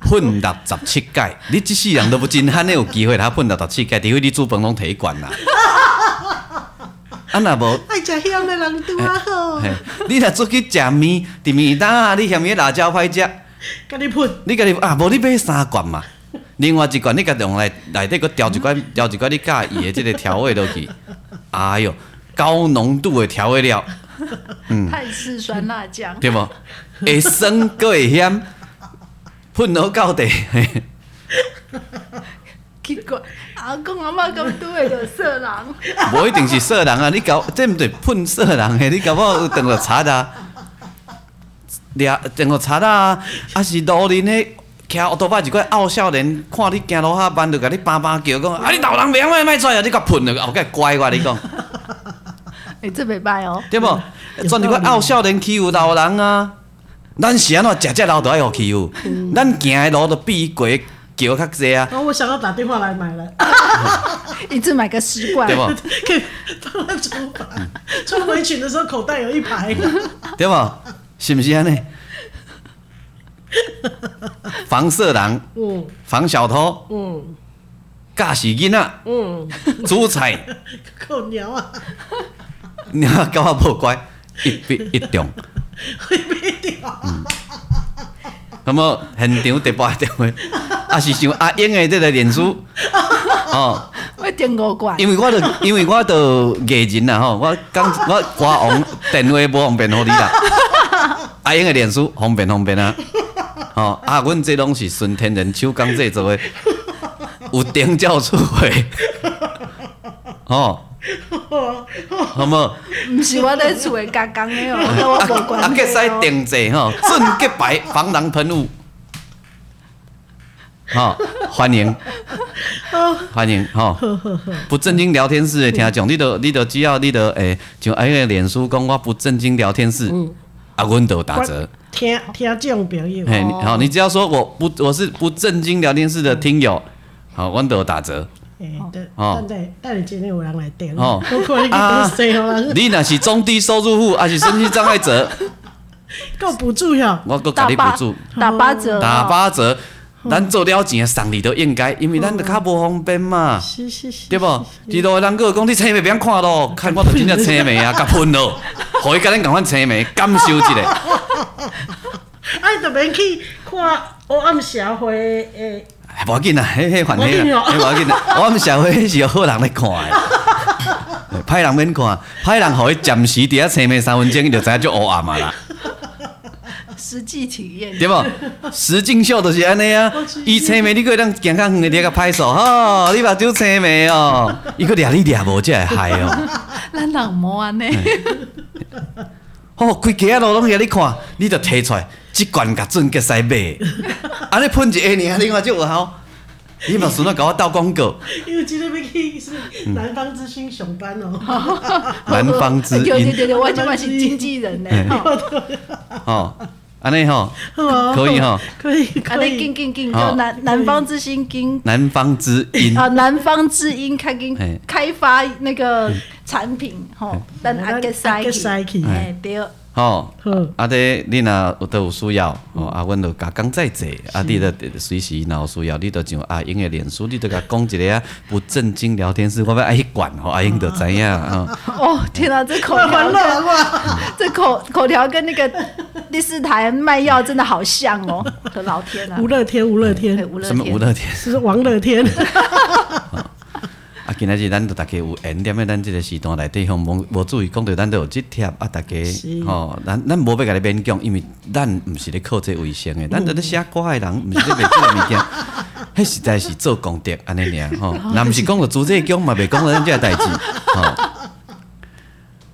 S1: 喷六十七届，你即世人都不真罕咧有机会，他喷六十七届，除非你煮饭拢摕一罐啦。啊，若无。
S2: 爱食香的人拄啊好，
S1: 嘿，你若出去食面，伫面摊啊，你嫌伊辣椒歹食，
S2: 甲你喷。
S1: 你家己啊，无你买三罐嘛，另外一罐你家用来内底佫调一
S2: 嗯
S1: 寡调一寡你介意的即个调味落去，哎哟，高浓度的调味料，
S3: 泰式酸辣酱，
S1: 对无？会酸佫会咸，喷落到底，嘿
S3: 奇怪，阿公阿妈咁多会就色狼，
S1: 无一定是色人啊，你搞这毋对喷色人诶，你搞我等落查啊，掠等落查啊，啊是路人诶，骑奥多巴一块傲少年，看你行路较慢，啊就甲你叭叭叫讲，啊你老人袂晓卖卖出来，你甲喷落，后盖乖我跟你讲，
S3: 哎，这没办哦。
S1: 对不？全一个傲少年欺负老人啊！咱是安怎食这老都爱互欺负，咱行的路都比伊过的桥较济啊，
S2: 然后我想要打电话来买了，
S3: 一次买个十罐
S1: 对，不？
S2: 可以帮他出发。
S1: 嗯
S2: 出回群的时候口袋有一排，
S1: 对不？是毋是安尼？防色狼，
S2: 嗯
S1: 防小偷，
S2: 嗯
S1: 驾驶囡仔，
S2: 嗯，
S1: 煮菜，
S2: 够娘啊，
S1: 你看跟我无乖，一笔一中。嗯
S2: 会被掉。
S1: 那么现场直播还电话，啊是像阿英的这个脸书，哦，
S3: 我点五罐。
S1: 因为我就因为我就艺人啦吼，我讲我歌王电话无方便互你啦，阿英的脸书方便方便啊，哦，啊，阮这拢是顺天然手工制作的，有顶照出的，哦，好无？
S3: 唔是我在厝的家讲的哦，跟我无关
S1: 啊，
S3: 系
S1: 计使
S3: 哦。
S1: 定制吼，纯洁白防狼喷雾，吼、欢迎，欢迎吼、不正经聊天室的听众，你都你都只要你都诶、像哎个脸书讲我不正经聊天室，
S3: 嗯
S1: 啊，阮都有打折，
S2: 听听这种朋友，
S1: 嘿，你
S3: 哦
S1: 好、你只要说我不我是不正经聊天室的听友，好、阮都有打折。
S2: 哎，等
S1: 哦
S2: 等待，等你今天有人来订，
S1: 哦
S2: 我可以给你塞好人
S1: 你若是中低收入户，还是身心障碍者，
S2: 够补助哟。
S1: 我都给
S3: 打
S1: 你补
S3: 八
S1: 助。
S3: 打八折哦，
S1: 打八折，咱做了钱的送你都应该，因为咱就较无方便嘛，
S2: 是是是，
S1: 对无？伫路的人还有讲你青眉别看咯，看我都真正青眉啊，甲喷咯，互伊甲咱共款青眉，感受一下。
S2: 哎，就免去看黑暗社会的诶，
S1: 哎无要紧啦，迄迄反
S2: 无要
S1: 正
S2: 紧哦
S1: 啦，哎迄无要紧啦，我们社会是有好人咧看的，歹人免看，歹人互伊暂时伫遐青眉三分钟，伊就知影足黑暗啊啦。
S3: 实际体验。
S1: 对无？石敬秀就是安尼啊，伊青眉你还会当行较远的，你甲拍手，吼、你目睭青眉哦，伊佫掠你掠无，才会害哦。
S3: 咱人无安尼，
S1: 哦，规家路拢遐你看，你着摕出来，一罐甲准结使买，安尼喷一下尔，另外就有效。你嘛顺便甲我斗广告，
S2: 因为今天要去是南方之星上班哦，
S1: 南方之
S3: 对对
S1: 音
S3: 对对，我今晚是经纪人呢。吼
S1: 哦，安尼吼，
S2: 哦
S1: 可以吼，
S2: 可以
S3: 啊，
S2: 可
S3: 那
S2: 以
S3: 紧。紧紧，
S1: 好
S3: 就南南方之星紧
S1: 南方之音，
S3: 啊，南方之音开紧
S1: 嘿
S3: 开发那个产品吼，咱阿吉塞
S2: 阿吉塞去
S3: 哎对，
S1: 吼
S2: 好，嗯
S1: 啊，这你若有都有需要，吼，啊，阮就甲讲再者，啊，你着随时若有需要，你着上阿英的脸书，你着甲讲一个啊，不正经聊天室，我要爱去管吼，阿英着知影 啊，
S3: 哦天啊，这口
S2: 快
S3: 条
S2: 完
S3: 跟
S2: 了哇！
S3: 这口口条跟那 个第四台卖药真的好像哦，我的老天啊
S2: 吴！乐天，吴乐
S3: 对
S2: 天，
S3: 吴乐
S1: 什么
S3: 天
S1: 无，乐天。
S2: 是王乐天，
S1: 啊，今仔日咱就大家有闲点的，咱即个时段内底向无无注意讲到，咱都有即贴啊，大家
S2: 是
S1: 吼、咱咱无要甲你勉强，因为咱毋是咧靠这卫生的，咱在咧写歌的人，毋是咧卖即个物件，迄实在是做功德安尼尔吼，若毋是讲着主这宫嘛，袂讲到咱即个代志吼。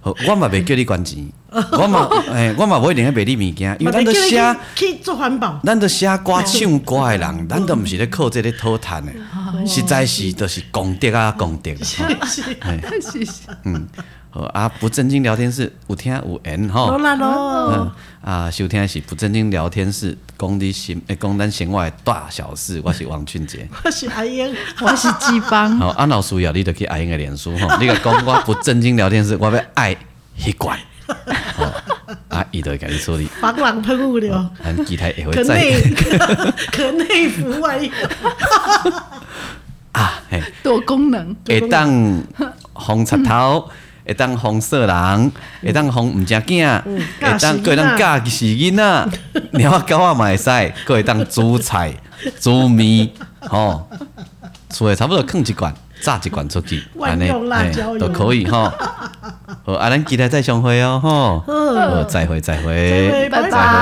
S1: 好我嘛袂叫你捐钱，我嘛诶、我嘛无一定要卖你物件，因为 咱在写。
S2: 去做环保，
S1: 咱都写歌唱歌的人，咱都毋是咧靠这个讨趁的，实在是就是功德啊功德啦。 吼
S3: 谢谢。
S1: 嗯，好啊，不正经聊天室有听有缘
S2: 好
S1: 吼。
S2: 啦咯，
S1: 哦嗯啊，收听的是不正经聊天室，讲你心诶，讲咱生活的大小事，我是王俊杰。
S2: 我是阿英，
S3: 我是季邦，
S1: 好，啊，老需要你就去阿英的脸书吼，你个讲我不正经聊天室，我要爱迄罐。吼啊，伊就会甲你处理，
S2: 防狼喷雾的哦，
S1: 咱其他也
S2: 可
S1: 会再
S2: 内 可内服外用，
S1: 啊，嘿。
S3: 多功 能，
S1: 会当防贼 头，会当防色
S2: 嗯
S1: 人，会当防毋食囝，会当
S2: 教
S1: 会
S2: 死嗯囡仔
S1: 当教死囡 仔，猫仔狗仔嘛会使，佮会当煮菜、煮面，吼，厝诶差不多囥一罐，炸一罐出去，
S2: 万用辣椒油
S1: 都可以 吼。好，啊，咱期待再相会哦，吼，好，再会，再会
S2: 对，拜
S3: 嗯拜拜